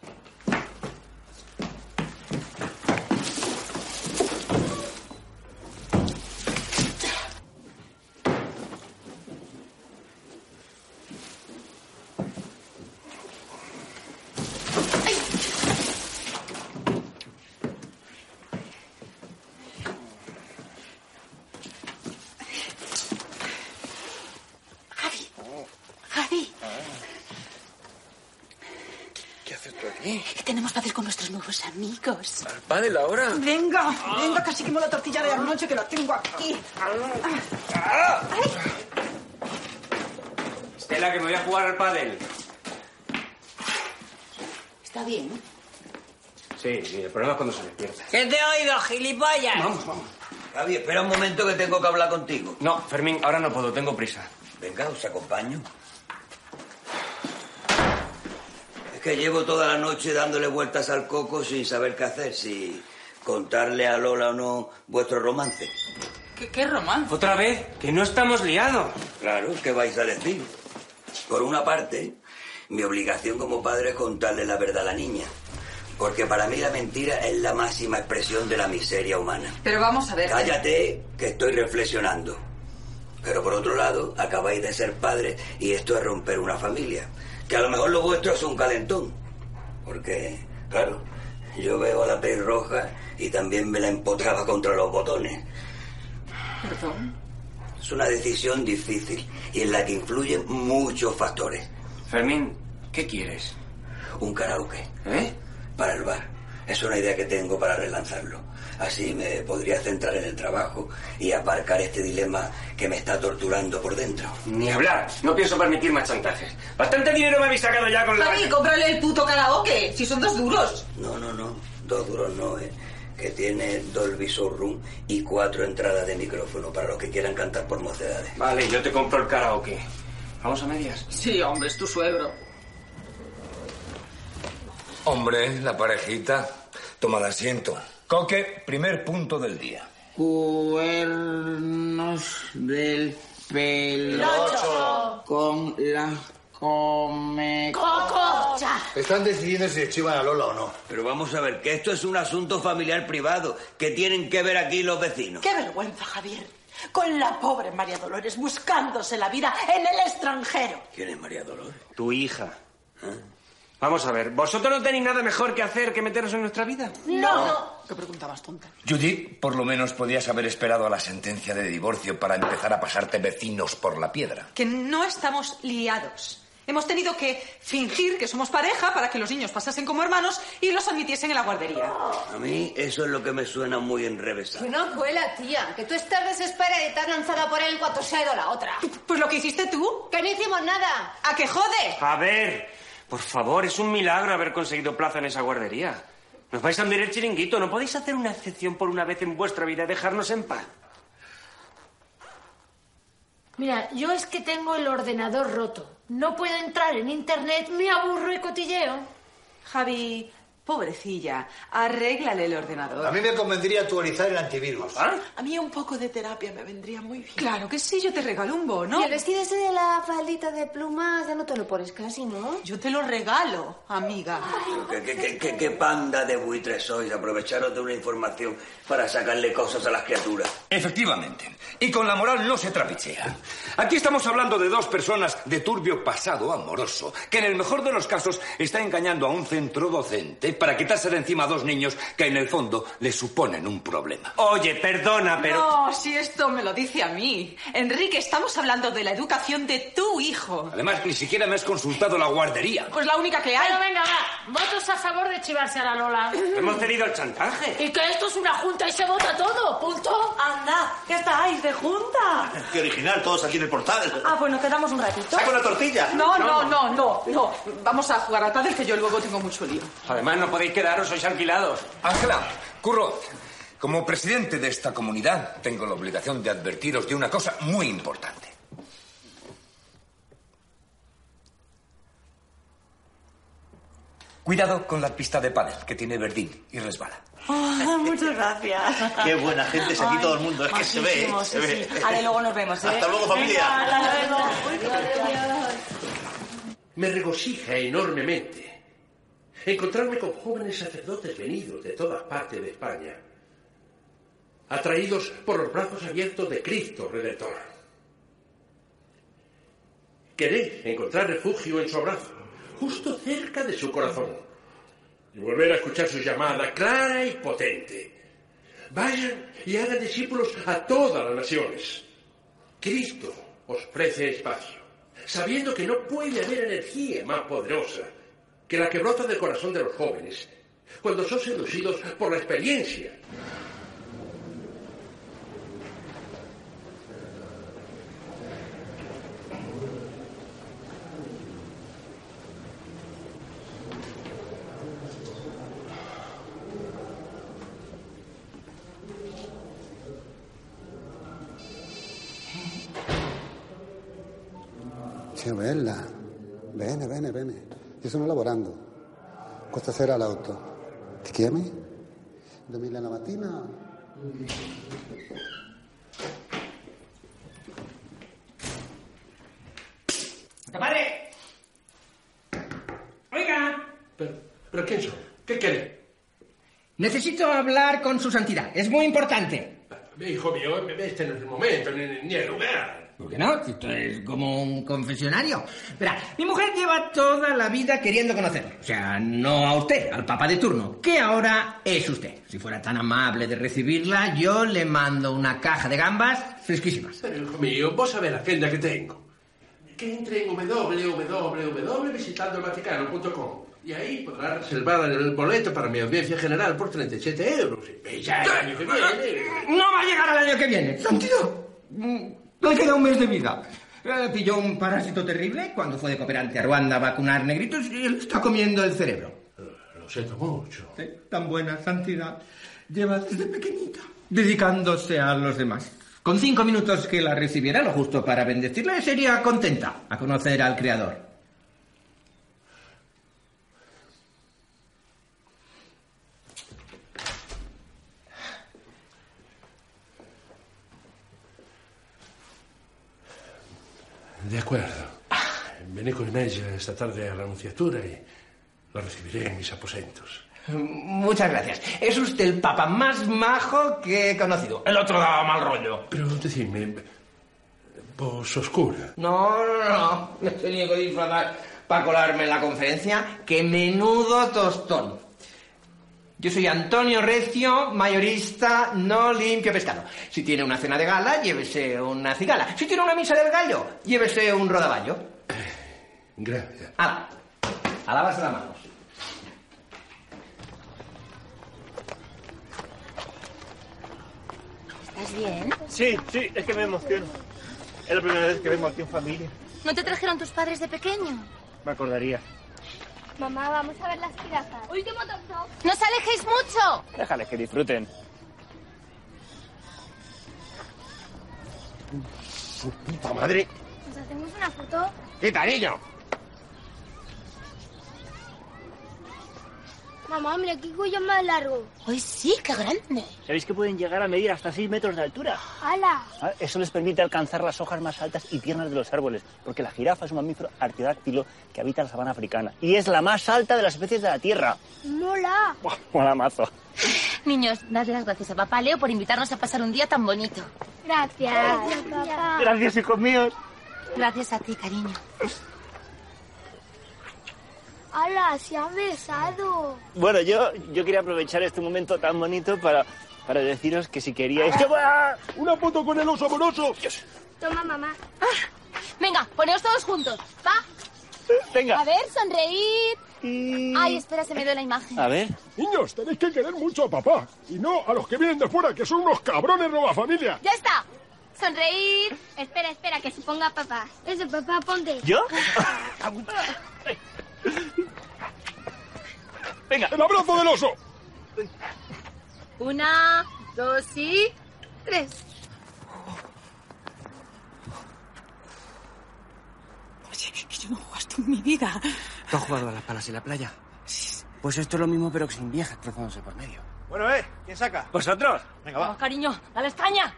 Javi,
¿Qué haces tú aquí?
¿qué tenemos que hacer con nuestros nuevos amigos?
¿Va de la hora?
Venga, venga, casi quemo la tortilla de anoche que la tengo aquí.
Estela, que me voy a jugar al pádel.
Está bien. ¿eh?
Sí, sí, el problema es cuando se despierta.
¿Qué te he oído, gilipollas?
Vamos, vamos.
Javi, espera un momento que tengo que hablar contigo.
No, Fermín, ahora no puedo, tengo prisa.
Venga, os acompaño. Es que llevo toda la noche dándole vueltas al coco sin saber qué hacer, si contarle a Lola o no vuestro romance.
¿Qué, qué romance?
¿Otra vez? Que no estamos liados.
Claro, ¿qué vais a decir? Por una parte, mi obligación como padre es contarle la verdad a la niña. Porque para mí la mentira es la máxima expresión de la miseria humana.
Pero vamos a ver.
Cállate, que estoy reflexionando. Pero por otro lado, acabáis de ser padres y esto es romper una familia. Que a lo mejor lo vuestro es un calentón. Porque, claro, yo veo a la pez roja y también me la empotraba contra los botones.
Perdón.
Es una decisión difícil y en la que influyen muchos factores.
Fermín, ¿qué quieres?
Un karaoke. ¿Eh? Para el bar. Es una idea que tengo para relanzarlo. Así me podría centrar en el trabajo y aparcar este dilema que me está torturando por dentro.
Ni hablar. No pienso permitir más chantajes. Bastante dinero me habéis sacado ya con la...
Javi, cómprale el puto karaoke, si son dos duros.
No, no, no. Dos duros no, ¿eh? Que tiene Dolby Showroom y cuatro entradas de micrófono para los que quieran cantar por mocedades.
Vale, yo te compro el karaoke. ¿Vamos a medias?
Sí, hombre, es tu suegro.
Hombre, la parejita. Tomad asiento. Coque, primer punto del día.
Cuernos del
Pelocho.
pelo con la come.
¡Coco! ¡Ya!
Están decidiendo si archivan a Lola o no. Pero vamos a ver, que esto es un asunto familiar privado que tienen que ver aquí los vecinos.
¡Qué vergüenza, Javier! Con la pobre María Dolores buscándose la vida en el extranjero.
¿Quién es María Dolores?
Tu hija. ¿Eh? Vamos a ver, ¿vosotros no tenéis nada mejor que hacer que meteros en nuestra vida?
No, no. ¿Qué pregunta más tonta?
Judith, por lo menos podías haber esperado a la sentencia de divorcio para empezar a pasarte vecinos por la piedra.
Que no estamos liados. Hemos tenido que fingir que somos pareja para que los niños pasasen como hermanos y los admitiesen en la guardería.
Oh.
A mí eso es lo que me suena muy enrevesado.
Que no cuela, tía. Que tú estás desesperada y estás lanzada por él en cuanto se ha ido la otra.
Pues lo que hiciste tú.
Que no hicimos nada.
¿A que jode?
A ver, por favor, es un milagro haber conseguido plaza en esa guardería. Nos vais a hundir el chiringuito. ¿No podéis hacer una excepción por una vez en vuestra vida y dejarnos en paz?
Mira, yo es que tengo el ordenador roto. No puedo entrar en internet, me aburro y cotilleo.
Javi, pobrecilla, arréglale el ordenador.
A mí me convendría actualizar el antivirus.
¿Ah?
A mí un poco de terapia me vendría muy bien. Claro que sí, yo te regalo un bono.
Y el vestido ese de la faldita de plumas ya no te lo pones casi, ¿no?
Yo te lo regalo, amiga.
¿Qué, qué- qué- qué- qué panda de buitres sois? Aprovecharos de una información para sacarle cosas a las criaturas.
Efectivamente. Y con la moral no se trapichea. Aquí estamos hablando de dos personas de turbio pasado amoroso, que en el mejor de los casos está engañando a un centro docente para quitarse de encima a dos niños que en el fondo le suponen un problema.
Oye, Eh, perdona, pero...
No, si esto me lo dice a mí. Enrique, estamos hablando de la educación de tu hijo.
Además, ni siquiera me has consultado la guardería.
Pues la única que hay.
Pero venga, va. Votos a favor de chivarse a la Lola.
Hemos tenido el chantaje.
Y que esto es una junta y se vota todo, punto.
Anda, que estáis de junta.
Qué original, todos aquí en el portal.
Ah, pues nos quedamos un ratito.
¡Saco la tortilla!
No, no, no, no, no. Vamos a jugar a tardes que yo luego tengo mucho lío.
Además, no podéis quedaros, sois alquilados. Ángela, Curro, como presidente de esta comunidad, tengo la obligación de advertiros de una cosa muy importante. Cuidado con la pista de pádel que tiene Verdín y resbala.
Ah, muchas gracias.
Qué buena gente es aquí
Ay,
todo el mundo, es que se ve,
majísimo,
¿eh? se
sí,
ve.
sí. Ale, luego nos vemos, ¿eh?
Hasta luego, familia.
Venga, hasta luego.
Me regocija enormemente encontrarme con jóvenes sacerdotes venidos de todas partes de España, atraídos por los brazos abiertos de Cristo Redentor. Queréis encontrar refugio en su abrazo, justo cerca de su corazón, y volver a escuchar su llamada clara y potente. Vayan y hagan discípulos a todas las naciones. Cristo os ofrece espacio, sabiendo que no puede haber energía más poderosa que la que brota del corazón de los jóvenes cuando son seducidos por la experiencia.
Che, bella. Bene, bene, bene. Io sono lavorando. Questa sera all'auto. Ti chiami? Domenica la mattina?
¡Compadre! Oiga,
¿Pero quién son? ¿Qué quieren?
Necesito hablar con su santidad. Es muy importante.
Hijo mío, este no es el momento ni, ni el lugar.
¿Por qué no? Si Esto es como un confesionario. Verá, mi mujer lleva toda la vida queriendo conocerlo. O sea, no a usted, al papá de turno, que ahora es usted. Si fuera tan amable de recibirla, yo le mando una caja de gambas fresquísimas.
Pero hijo mío, vos sabés la agenda que tengo. Que entre en www.visitandoelvaticano.com y ahí podrá reservar el boleto para mi audiencia general por 37 euros. Y ya, el año que viene.
No va a llegar al año que viene. Santidad. Mm, Le queda un mes de vida. Eh, pilló un parásito terrible cuando fue de cooperante a Ruanda a vacunar negritos y le está comiendo el cerebro.
Eh, Lo siento mucho.
Eh, Tan buena santidad. Lleva desde pequeñita. Dedicándose a los demás. Con cinco minutos que la recibiera, lo justo para bendecirla, sería contenta a conocer al Creador.
De acuerdo. Vení con ella esta tarde a la anunciatura y la recibiré en mis aposentos.
Muchas gracias. Es usted el papa más majo que he conocido. El otro daba mal rollo.
Pero decidme, vos oscura.
No, no, no. Me he tenido que disfrazar para colarme en la conferencia. ¡Qué menudo tostón! Yo soy Antonio Recio, mayorista, no limpio pescado. Si tiene una cena de gala, llévese una cigala. Si tiene una misa del gallo, llévese un rodaballo.
Gracias.
¡Hala! A lavarse las manos.
¿Estás bien?
Sí, sí, es que me emociono. Es la primera vez que vengo aquí en familia.
¿No te trajeron tus padres de pequeño?
Me acordaría.
Mamá, vamos a ver las piratas. ¡Último top ¡No os alejéis mucho!
Déjales que disfruten.
Su puta madre.
¿Nos hacemos una foto?
¡Quita, niño!
Mamá, mira qué cuello más largo. ¡Ay, sí! ¡Qué grande!
¿Sabéis que pueden llegar a medir hasta 6 metros de altura?
¡Hala!
Ah, Eso les permite alcanzar las hojas más altas y tiernas de los árboles, porque la jirafa es un mamífero artiodáctilo que habita la sabana africana y es la más alta de las especies de la Tierra.
¡Mola!
Mola mazo.
Niños, dadle las gracias a papá Leo por invitarnos a pasar un día tan bonito.
Gracias.
Gracias, papá.
Gracias, hijos míos.
Gracias a ti, cariño.
Hola, se han besado.
Bueno, yo, yo quería aprovechar este momento tan bonito para, para deciros que si queríais... ¡Que va! ¡Una foto con el oso amoroso!
Toma, mamá.
Ah, Venga, poneos todos juntos. Va.
Venga. Mm.
A ver, sonreíd. Ay, espera, se me dio la imagen.
A ver.
Niños, tenéis que querer mucho a papá. Y no a los que vienen de fuera, que son unos cabrones roba familia.
Ya está. Sonreír. Espera, espera, que se ponga papá. Eso, papá, ponte.
¿Yo?
Venga.
¡El abrazo del oso!
Una, dos y tres.
Oye, que yo no juego esto en mi vida.
¿Tú has jugado a las palas en la playa? Pues esto es lo mismo, pero sin viejas cruzándose por medio.
Bueno, eh, ¿quién saca?
¿Vosotros?
Venga,
Vamos, cariño, dale estaña.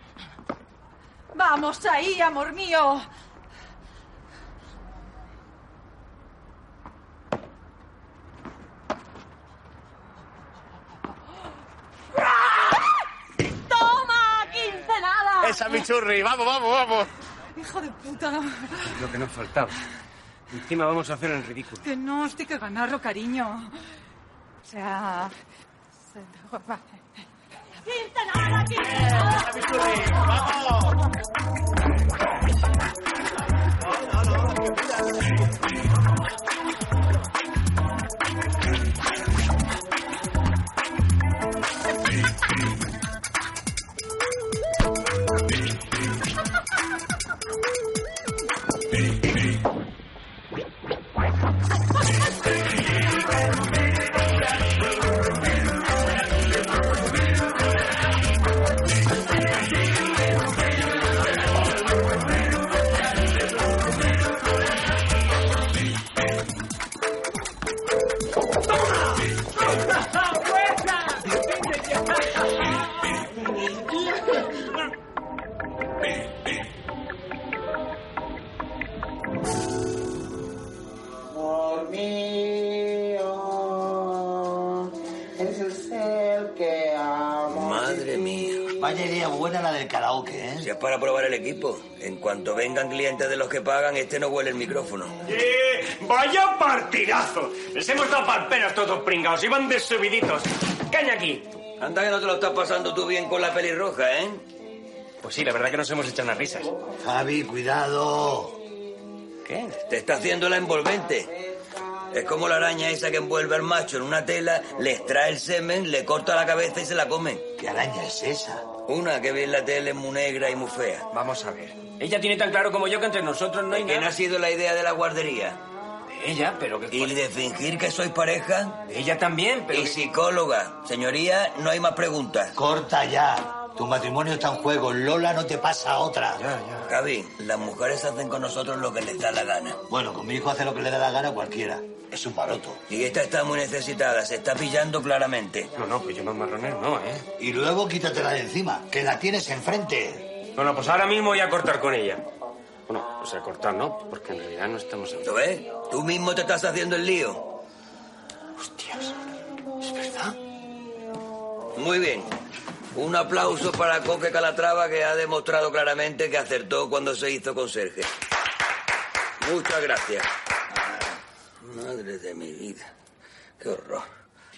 Vamos ahí, amor mío.
¡Toma! ¡Quincenada!
Esa michurri, vamos, vamos, vamos.
Hijo de puta.
Lo que nos faltaba. Encima vamos a hacer el ridículo.
Que no, os tiene que ganarlo, cariño. O sea... se- vale.
Amor mío, ese es oh, el que amo.
Madre mía. Vaya idea buena la del karaoke, ¿eh? Si es para probar el equipo. En cuanto vengan clientes de los que pagan, este no huele el micrófono.
Eh,
¡Vaya partidazo! Les hemos dado palperas estos dos pringados. Iban de subiditos. ¡Caña aquí!
Anda que no te lo estás pasando tú bien con la pelirroja, ¿eh?
Pues sí, la verdad que nos hemos echado unas risas.
Javi, cuidado. ¿Qué? Te está haciendo la envolvente. Es como la araña esa que envuelve al macho en una tela, le extrae el semen, le corta la cabeza y se la come. ¿Qué araña es esa? Una que ve en la tele muy negra y muy fea.
Vamos a ver. Ella tiene tan claro como yo que entre nosotros no hay
¿Quién
nada.
ha sido la idea de la guardería?
De ella, pero que...
¿Y de fingir que sois pareja?
Ella también, pero...
Y psicóloga. Señoría, no hay más preguntas.
Corta ya. Tu matrimonio está en juego. Lola no te pasa a otra.
Javi, las mujeres hacen con nosotros lo que les da la gana.
Bueno, con mi hijo hace lo que le da la gana a cualquiera. Es un baroto.
Y esta está muy necesitada, se está pillando claramente.
No, no, pues yo más marronero no, ¿eh?
Y luego quítatela de encima, que la tienes enfrente.
Bueno, pues ahora mismo voy a cortar con ella. Bueno, o sea, cortar no, porque en realidad no estamos... en-
¿Lo ves? Tú mismo te estás haciendo el lío.
¿Es verdad?
Muy bien. Un aplauso para Coque Calatrava que ha demostrado claramente que acertó cuando se hizo conserje. Muchas gracias. Madre de mi vida. Qué horror.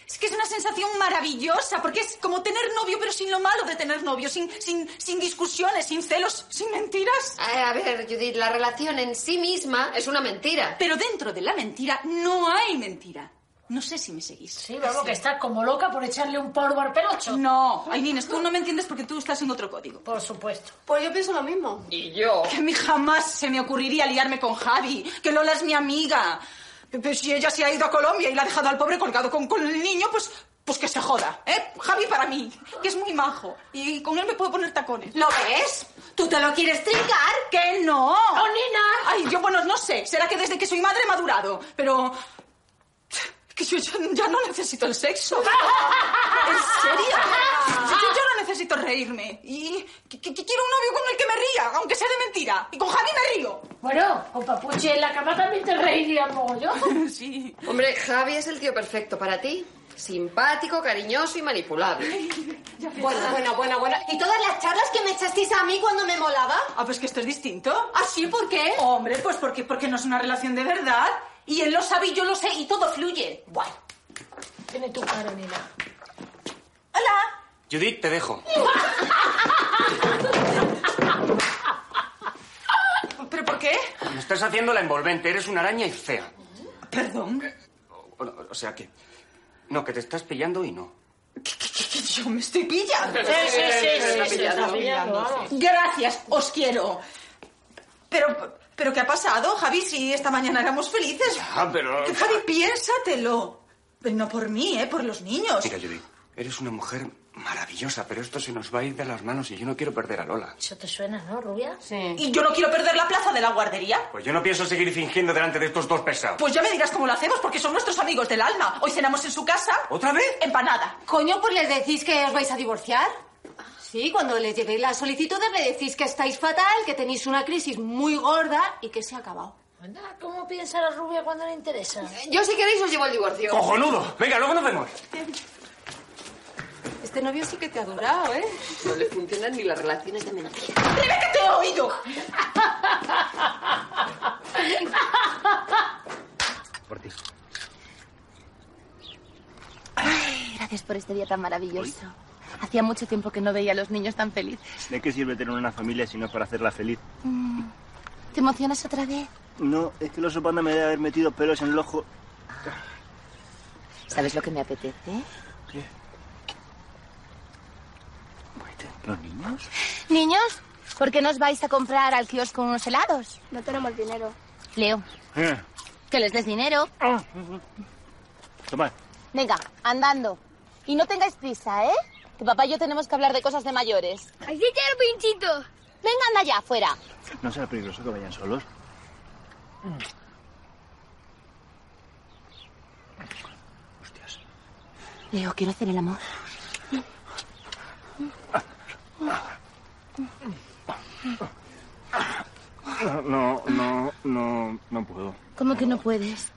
Es que es una sensación maravillosa, porque es como tener novio, pero sin lo malo de tener novio, sin, sin, sin discusiones, sin celos, sin mentiras.
Eh, a ver, Judith, la relación en sí misma es una mentira.
Pero dentro de la mentira no hay mentira. No sé si me seguís. Sí,
vamos, que estás como loca por echarle un polvo al pelocho.
No, Inés, tú no me entiendes porque tú estás en otro código.
Por supuesto.
Pues yo pienso lo mismo. ¿Y yo? Que a mí jamás se me ocurriría liarme con Javi, que Lola es mi amiga. Pero si ella se ha ido a Colombia y la ha dejado al pobre colgado con, con el niño, pues, pues que se joda, ¿eh? Javi para mí, que es muy majo. Y con él me puedo poner tacones. ¿Lo ves? ¿Tú te lo quieres trincar? ¡Que no! ¡Oh, nena! Ay, yo, bueno, no sé. Será que desde que soy madre he madurado. Pero... Que yo ya, ya no necesito el sexo. ¿En serio? Yo, yo- yo no necesito reírme. Y que- que- que quiero un novio con el que me ría, aunque sea de mentira. Y con Javi me río.
Bueno, con Papuche en la cama también te reiría mogollón.
Sí.
Hombre, Javi es el tío perfecto para ti.
Simpático, cariñoso y manipulable.
Bueno, bueno, bueno, bueno. ¿Y todas las charlas que me echasteis a mí cuando me molaba?
Ah, pues que esto es distinto. ¿Ah, sí? ¿Por qué? Hombre, pues porque, porque no es una relación de verdad. Y él lo sabe y yo lo sé y todo fluye. Bueno. Tiene tu cara, Nina. ¡Hola!
Judith, te dejo.
¿Pero por qué?
Me estás haciendo la envolvente. Eres una araña y fea.
Perdón.
O, o sea que... No, que te estás pillando y no.
Que yo me estoy pillando.
Sí, sí, sí, sí, sí,
Me está
está pillando, vamos.
Gracias, os quiero. Pero, pero ¿qué ha pasado, Javi? Si esta mañana éramos felices.
Ah, pero...
Javi, piénsatelo. No por mí, ¿eh? Por los niños.
Mira, Judith, eres una mujer maravillosa, pero esto se nos va a ir de las manos y yo no quiero perder a Lola.
Eso te suena, ¿no, rubia? Sí.
Y yo no quiero perder la plaza de la guardería.
Pues yo no pienso seguir fingiendo delante de estos dos pesados.
Pues ya me dirás cómo lo hacemos, porque son nuestros amigos del alma. Hoy cenamos en su casa.
¿Otra vez?
Empanada.
Coño, pues les decís que os vais a divorciar. Sí, cuando les llevéis la solicitud me decís que estáis fatal, que tenéis una crisis muy gorda y que se ha acabado.
Anda, ¿Cómo piensa la rubia cuando le interesa?
Yo si queréis os llevo al divorcio.
¡Cojonudo! Venga, luego nos vemos.
Este novio sí que te ha durado, ¿eh? No le funcionan ni las relaciones de mentira.
¡Rebeca, te he oído!
Por ti.
Ay, gracias por este día tan maravilloso. Hacía mucho tiempo que no veía a los niños tan felices.
¿De qué sirve tener una familia si no es para hacerla feliz?
Mm, ¿Te emocionas otra vez?
No, es que el oso panda me debe haber metido pelos en el ojo.
¿Sabes lo que me apetece?
¿Los niños?
Niños, ¿por qué no os vais a comprar al kiosco unos helados?
No tenemos dinero.
Leo,
Eh,
que les des dinero.
Tomad.
Venga, andando. Y no tengáis prisa, ¿eh? Que papá y yo tenemos que hablar de cosas de mayores. Así quiero pinchito. Venga, anda ya, fuera.
¿No será peligroso que vayan solos?
Leo, quiero hacer el amor.
No, no, no, no puedo.
¿Cómo que no puedes?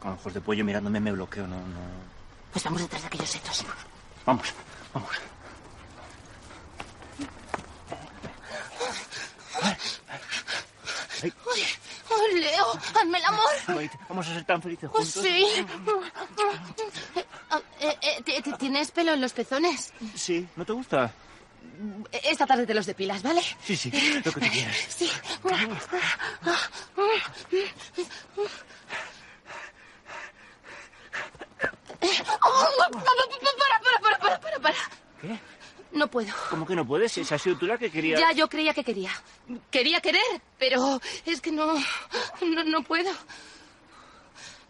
Con ojos de pollo mirándome me bloqueo, no, no.
Pues vamos detrás de aquellos setos.
Vamos, vamos.
Oh, Leo, hazme el amor.
Maite, Vamos a ser tan felices
Oh,
juntos.
sí. Eh, eh, t- t- ¿Tienes pelo en los pezones?
Sí, ¿no te gusta?
Esta tarde te los depilas, ¿vale?
Sí, sí, lo que tú quieras.
Sí. Oh, Para, para, para, para, para, para.
¿Qué?
No puedo.
¿Cómo que no puedes? Esa ha sido tú la que quería.
Ya yo creía que quería. Quería querer, pero es que no, no, no puedo.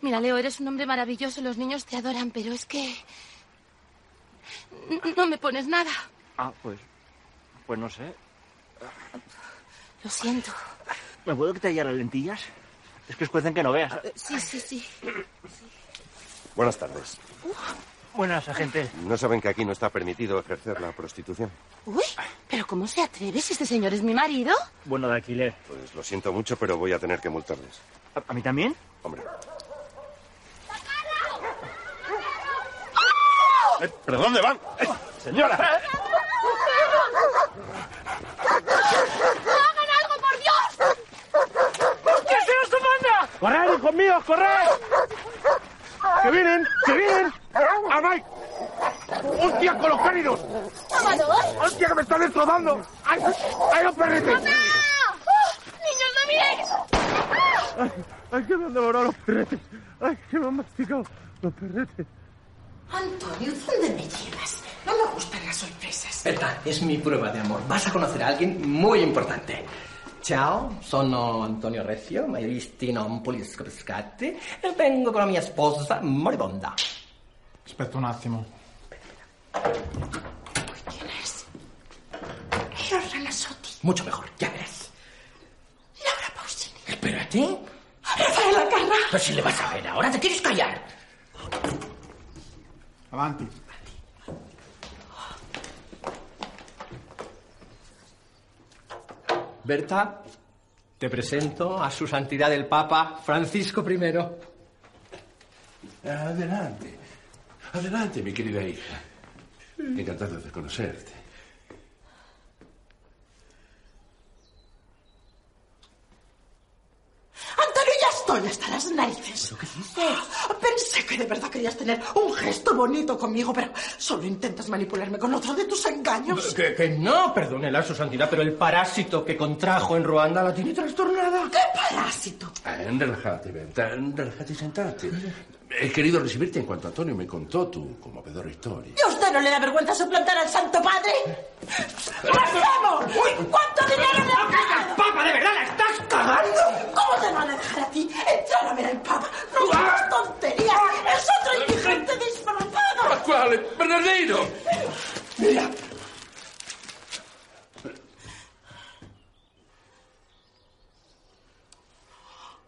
Mira, Leo, eres un hombre maravilloso, los niños te adoran, pero es que n- no me pones nada.
Ah, pues. Pues no sé.
Lo siento.
¿Me puedo que te haya las lentillas? Es que escuecen que no veas.
Sí, sí, sí.
Buenas tardes.
Buenas, agente.
¿No saben que aquí no está permitido ejercer la prostitución?
Uy, pero ¿cómo se atreve si este señor es mi marido?
Bueno, de alquiler.
Pues lo siento mucho, pero voy a tener que multarles.
¿A, mí también?
Hombre.
¿Pero dónde van? señora.
¡Hagan algo, por Dios! ¡Que sea su banda!
¡Corred, hijos míos, corred! ¡Que vienen, que vienen! ¡A Mike! ¡Hostia, con los cánidos! ¡Hostia, que me están destrozando! ¡Ay, ay los perretes!
¡Niños, ¡Oh! no miréis!
¡Ay, ay, que me han devorado los perretes! ¡Ay, que me han masticado los perretes!
¡Ah!
Antonio, ¿dónde me llevas? No me gustan las sorpresas.
Berta, es mi prueba de amor. Vas a conocer a alguien muy importante. Ciao, sono Antonio Recio, mayorista in Ompolis Scopescate, e vengo con la mia sposa moribonda.
Aspetta un attimo.
Eros Ramazotti,
Mucho mejor, ya verás.
Laura Pausini,
Espérate.
Rafael Alcarra.
Pero si le vas a ver ahora, ¿te quieres callar?
Avanti.
Berta, te presento a su santidad el Papa Francisco I.
Eh, Adelante. Adelante, mi querida hija. Encantado de conocerte.
Antonio, ya estoy hasta las narices. ¿Pero qué dices? Pensé que de verdad querías tener un gesto bonito conmigo, pero solo intentas manipularme con otro de tus engaños.
Que, que no, perdónela su santidad, pero el parásito que contrajo en Ruanda la tiene trastornada.
¿Qué parásito?
Ven, Eh, relájate, ven, tan- relájate y sentate. He querido recibirte en cuanto Antonio me contó tu conmovedora historia.
¿Y a usted no le da vergüenza suplantar al Santo Padre? ¡Nos vamos! ¿Cuánto dinero le han dado?
¡Papa, de verdad, la estás
cagando! ¿Cómo te van a dejar a ti entrar a ver al Papa? ¡No hagas tonterías! ¡Es otro indigente disfrazado!
Pascuale, Bernardino.
Mira,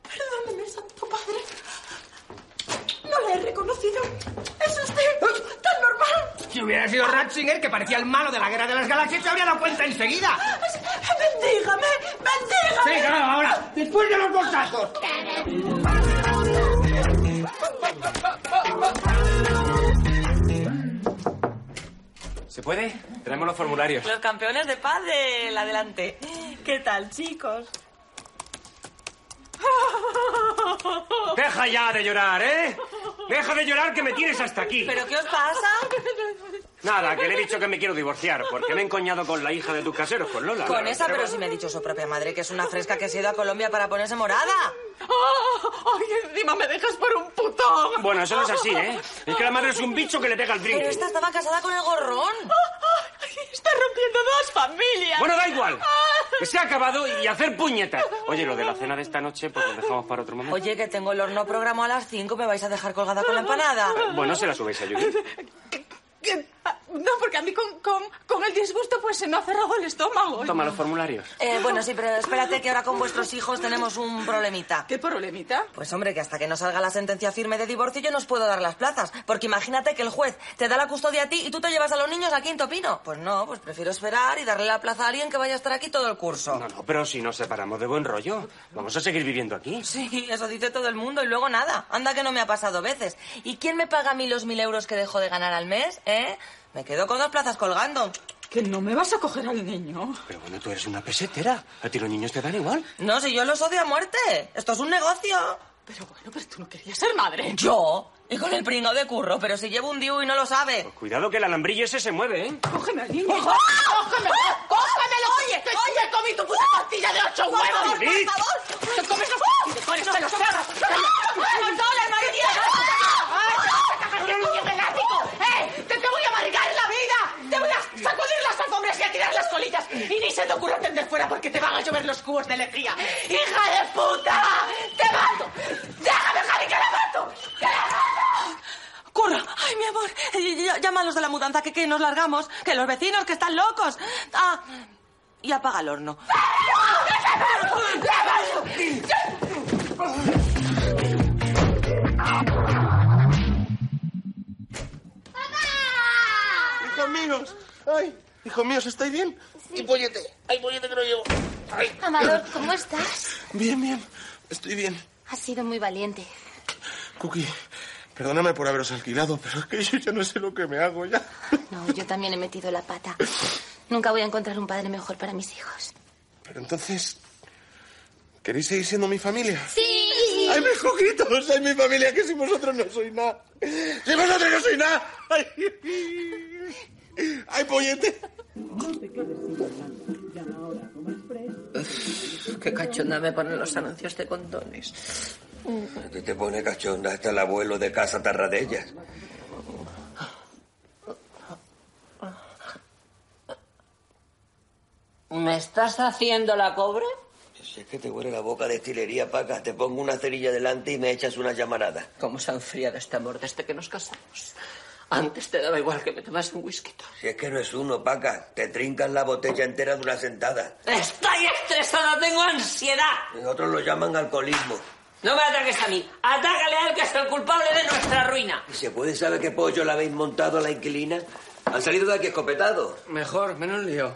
Perdóneme, Santo Padre. No le he reconocido. ¿Es usted tan normal?
Si hubiera sido Ratzinger, que parecía el malo de la Guerra de las Galaxias, se habría dado cuenta enseguida.
¡Bendígame! ¡Bendígame!
Sí, claro, ahora, después de los bolsazos.
¿Se puede? Traemos los formularios.
Los campeones de pádel, adelante. ¿Qué tal, chicos?
Deja ya de llorar, ¿eh? Deja de llorar que me tienes hasta aquí.
¿Pero qué os pasa?
Nada, que le he dicho que me quiero divorciar porque me he encoñado con la hija de tus caseros, con Lola.
Con esa, pero si me ha dicho su propia madre que es una fresca que se ha ido a Colombia para ponerse morada.
¡Ay, encima me dejas por un puto!
Bueno, eso no es así, ¿eh? Es que la madre es un bicho que le pega al drink.
Pero esta estaba casada con el gorrón.
Ah, Está rompiendo dos familias. Ah.
Bueno, da igual. Que se ha acabado y hacer puñetas. Oye, lo de la cena de esta noche, pues lo dejamos para otro momento.
Oye, que tengo el horno programado a las 5, me vais a dejar colgada con la empanada.
Bueno, se la subéis a Judith.
Que- ah, No, porque a mí con, con, con el disgusto pues se me ha cerrado el estómago.
Toma los formularios.
Eh, bueno, sí, pero espérate que ahora con vuestros hijos tenemos un problemita.
¿Qué problemita?
Pues hombre, que hasta que no salga la sentencia firme de divorcio yo no os puedo dar las plazas. Porque imagínate que el juez te da la custodia a ti y tú te llevas a los niños a Quinto Pino. Pues no, pues prefiero esperar y darle la plaza a alguien que vaya a estar aquí todo el curso.
No, no, pero si nos separamos de buen rollo, vamos a seguir viviendo aquí.
Sí, eso dice todo el mundo y luego nada. Anda que no me ha pasado veces. ¿Y quién me paga a mí los mil euros que dejo de ganar al mes? ¿Eh? Me quedo con dos plazas colgando.
Que no me vas a coger al niño.
Pero bueno, tú eres una pesetera. A ti los niños te dan igual.
No, si yo los odio a muerte. Esto es un negocio.
Pero bueno, pero tú no querías ser madre.
Yo. Y con el pringo de curro, pero si llevo un diu y no lo sabe.
Cuidado que el alambrillo ese se mueve, ¿eh?
¡Cógeme al niño!
¡Ojo!
¡Cógeme! ¡Cógemelo!
¡Oye!
¡Que sí me comí tu puta pastilla de ocho
¡Por
huevos!
favor, por
favor! ¡Te comes los cojones de los cerros! ¡Controla, María! ¡Ay, no te cagas de ático! ¡Eh! ¡Te, te voy a amargar la vida! ¡Te voy a sacudir las alfombras y a tirar las colillas! ¡Y ni se te ocurra tender fuera porque te van a llover los cubos de lejía! ¡Hija de puta! ¡Te mato! ¡Déjame, Javi, que la mato! ¡Que la mato!
¡Curro! ¡Ay, mi amor! Eh, ya- Llama a los de la mudanza, que, que nos largamos. Que los vecinos, que están locos. Ah, y apaga el horno.
Hijos míos. Ay, hijos míos, ¿estáis bien? Y pollete. Ay, pollete que no llevo. Ay.
Amador, ¿cómo estás?
Bien, bien. Estoy bien.
Has sido muy valiente.
Cookie, perdóname por haberos alquilado, pero es que yo ya no sé lo que me hago ya.
No, yo también he metido la pata. Nunca voy a encontrar un padre mejor para mis hijos.
Pero entonces, ¿queréis seguir siendo mi familia?
Sí.
¡Ay, mis coquitos! ¡Ay, mi familia! Que sin vosotros no soy nada. ¡Sin vosotros no soy nada! ¡Ay, ay pollete!
Qué cachonda me ponen los anuncios de condones.
A ti te pone cachonda hasta el abuelo de casa Tarradellas.
¿Me estás haciendo la cobre?
Si es que te huele la boca de estilería, Paca, te pongo una cerilla delante y me echas una llamarada.
¿Cómo se ha enfriado este amor desde que nos casamos? Antes te daba igual que me tomas un whisky.
Si es que no es uno, Paca, te trincas la botella entera de una sentada.
¡Estoy estresada! ¡Tengo ansiedad!
Y otros lo llaman alcoholismo.
No me ataques a mí. Atácale al que es el culpable de nuestra ruina.
¿Y se puede saber qué pollo la habéis montado a la inquilina? Han salido de aquí escopetados.
Mejor, menos lío.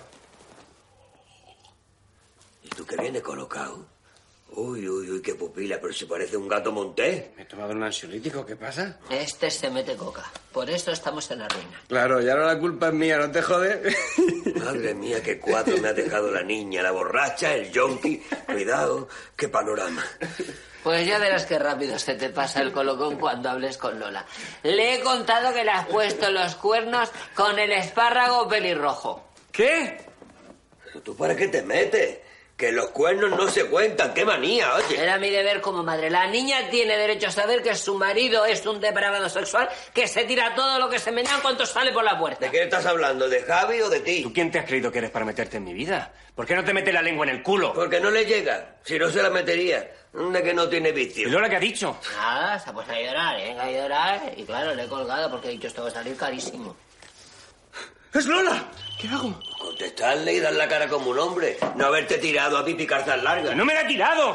¿Y tú qué vienes colocado? Uy, uy, uy, qué pupila, pero si parece un gato monté. Me he tomado un ansiolítico, ¿qué pasa?
Este se mete coca. Por eso estamos en la ruina.
Claro, ya ahora la culpa es mía, ¿no te jode? Madre mía, qué cuadro me ha dejado la niña, la borracha, el yonki. Cuidado, qué panorama.
Pues ya verás qué rápido se te pasa el colocón cuando hables con Lola. Le he contado que le has puesto los cuernos con el espárrago pelirrojo.
¿Qué? ¿Tú para qué te metes? Que los cuernos no se cuentan, qué manía, oye.
Era mi deber como madre. La niña tiene derecho a saber que su marido es un depravado sexual que se tira todo lo que se menea en cuanto sale por la puerta.
¿De qué estás hablando? ¿De Javi o de ti?
¿Tú quién te has creído que eres para meterte en mi vida? ¿Por qué no te metes la lengua en el culo?
Porque no le llega. Si no se la metería. De que no tiene vicio.
¿Y Lola qué ha dicho?
Nada, se ha puesto a llorar, ¿eh? A llorar. Y claro, le he colgado porque he dicho esto va a salir carísimo.
¡Es Lola! ¿Qué hago? Contestarle y dar la cara como un hombre. No haberte tirado a pipi calzas largas.
¡No me la he tirado!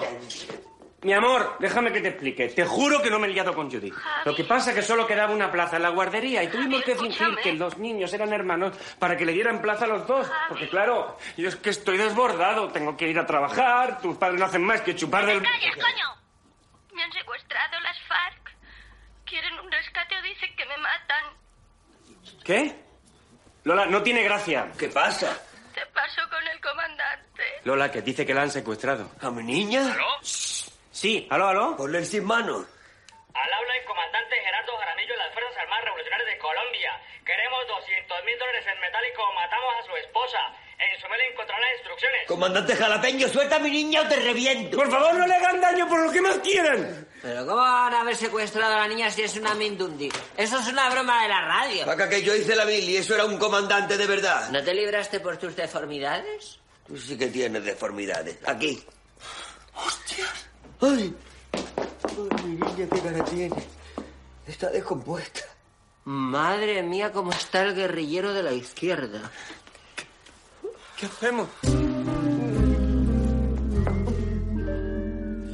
Mi amor, déjame que te explique. Te juro que no me he liado con Judy.
Ah.
Lo que pasa es que solo quedaba una plaza en la guardería y tuvimos que fingir que los niños eran hermanos para que le dieran plaza a los dos. Porque claro, yo es que estoy desbordado. Tengo que ir a trabajar. Tus padres no hacen más que chupar del...
¡Calles, coño! Me han secuestrado las FARC. Quieren un rescate o dicen que me matan.
¿Qué? Lola, no tiene gracia.
¿Qué pasa?
Te paso con el comandante.
Lola, que dice que la han secuestrado.
¿A mi niña?
¿Aló?
Sí, aló, aló.
Ponle el sin manos.
Al habla el comandante Gerardo Jaramillo de las Fuerzas Armadas Revolucionarias de Colombia. Queremos 200 mil dólares en metálico. Matamos a su esposa. En su mail encontrarán las instrucciones.
Comandante Jalapeño, suelta a mi niña o te reviento.
Por favor, no le hagan daño por lo que más quieran.
Pero ¿cómo van a haber secuestrado a la niña si es una mindundi? Eso es una broma de la radio.
Paca, que yo hice la mili, eso era un comandante de verdad.
¿No te libraste por tus deformidades?
Tú sí que tienes deformidades. Aquí. ¡Hostia! ¡Ay! Ay, mi niña, qué cara tiene. Está descompuesta.
Madre mía, cómo está el guerrillero de la izquierda.
¿Qué hacemos?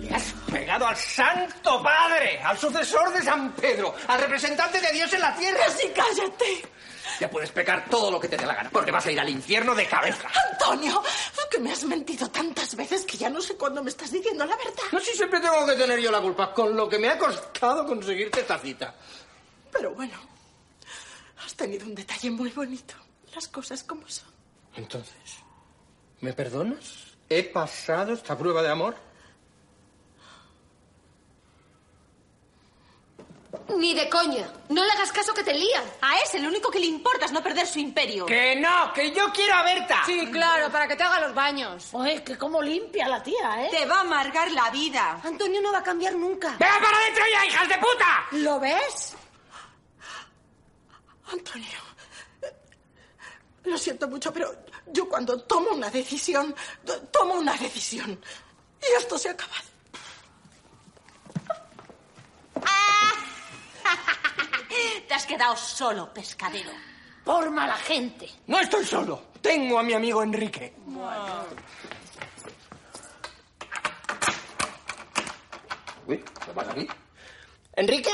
Le has pegado al Santo Padre, al sucesor de San Pedro, al representante de Dios en la tierra.
Sí, cállate.
Ya puedes pecar todo lo que te dé la gana, porque vas a ir al infierno de cabeza.
Antonio, que me has mentido tantas veces que ya Ah, no sé cuándo me estás diciendo la verdad.
No sé si siempre tengo que tener yo la culpa, con lo que me ha costado conseguirte esta cita.
Pero bueno, has tenido un detalle muy bonito. Las cosas como son.
Entonces, ¿me perdonas? ¿He pasado esta prueba de amor?
Ni de coña. No le hagas caso que te lía.
A ese, lo único que le importa es no perder su imperio.
¡Que no! ¡Que yo quiero a Berta!
Sí, claro, para que te haga los baños.
Oye, que cómo limpia la tía, ¿eh?
Te va a amargar la vida.
Antonio no va a cambiar nunca.
¡Vea para adentro ya, hijas de puta!
¿Lo ves?
Antonio, lo siento mucho, pero yo cuando tomo una decisión, to- tomo una decisión. Y esto se ha acabado. Te has quedado solo, pescadero.
Por mala gente.
No estoy solo. Tengo a mi amigo Enrique. Uy, ¿qué pasa aquí? ¡Enrique!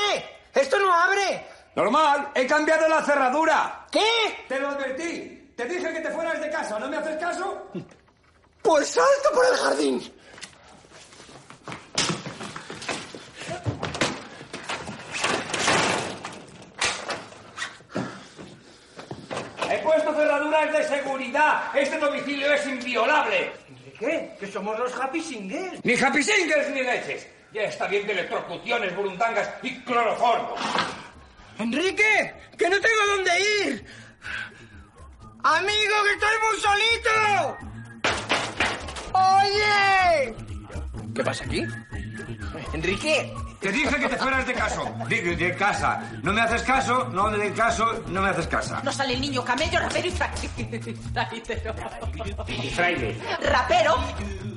¡Esto no abre!
Normal, he cambiado la cerradura.
¿Qué?
Te lo advertí. Te dije que te fueras de casa. ¿No me haces caso?
Pues salto por el jardín.
He puesto cerraduras de seguridad. Este domicilio es inviolable.
¿Qué? Que somos los happy singles.
Ni happy singles ni leches. Ya está bien de electrocuciones, burundangas y cloroformo.
¡Enrique! ¡Que no tengo dónde ir! ¡Amigo, que estoy muy solito! ¡Oye! ¿Qué pasa aquí? ¡Enrique!
Te dije que te fueras de caso. De, de casa. No me haces caso, no me haces caso, no me haces casa.
No sale el niño camello, rapero y fra- grafitero.
Fraile.
Rapero,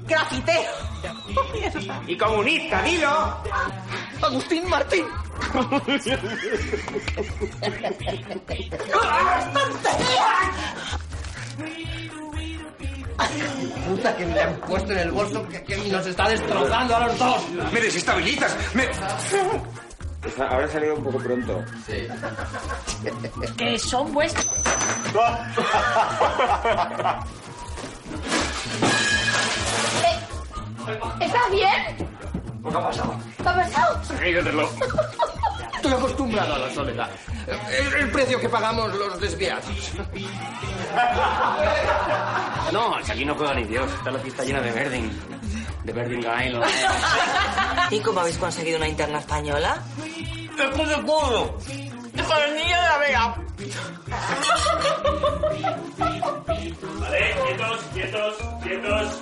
grafitero. Mierda.
Y comunista, dilo.
Agustín Martín. Puta que me han puesto en el bolso que, que nos está destrozando a los dos.
Me desestabilizas. Me...
Ahora ha salido un poco pronto.
Que son vuestros.
Está
¿Está bien?
¿Qué ha pasado?
¿Qué ha pasado?
Míratelo.
Estoy acostumbrado a la soledad. Es el precio que pagamos los desviados.
No, si aquí no juega ni Dios. Está la pista llena de Verding. De Verding Island.
¿Y cómo habéis conseguido una interna española?
Después de todo. Con el niño de la vega.
Vale, quietos, quietos, quietos.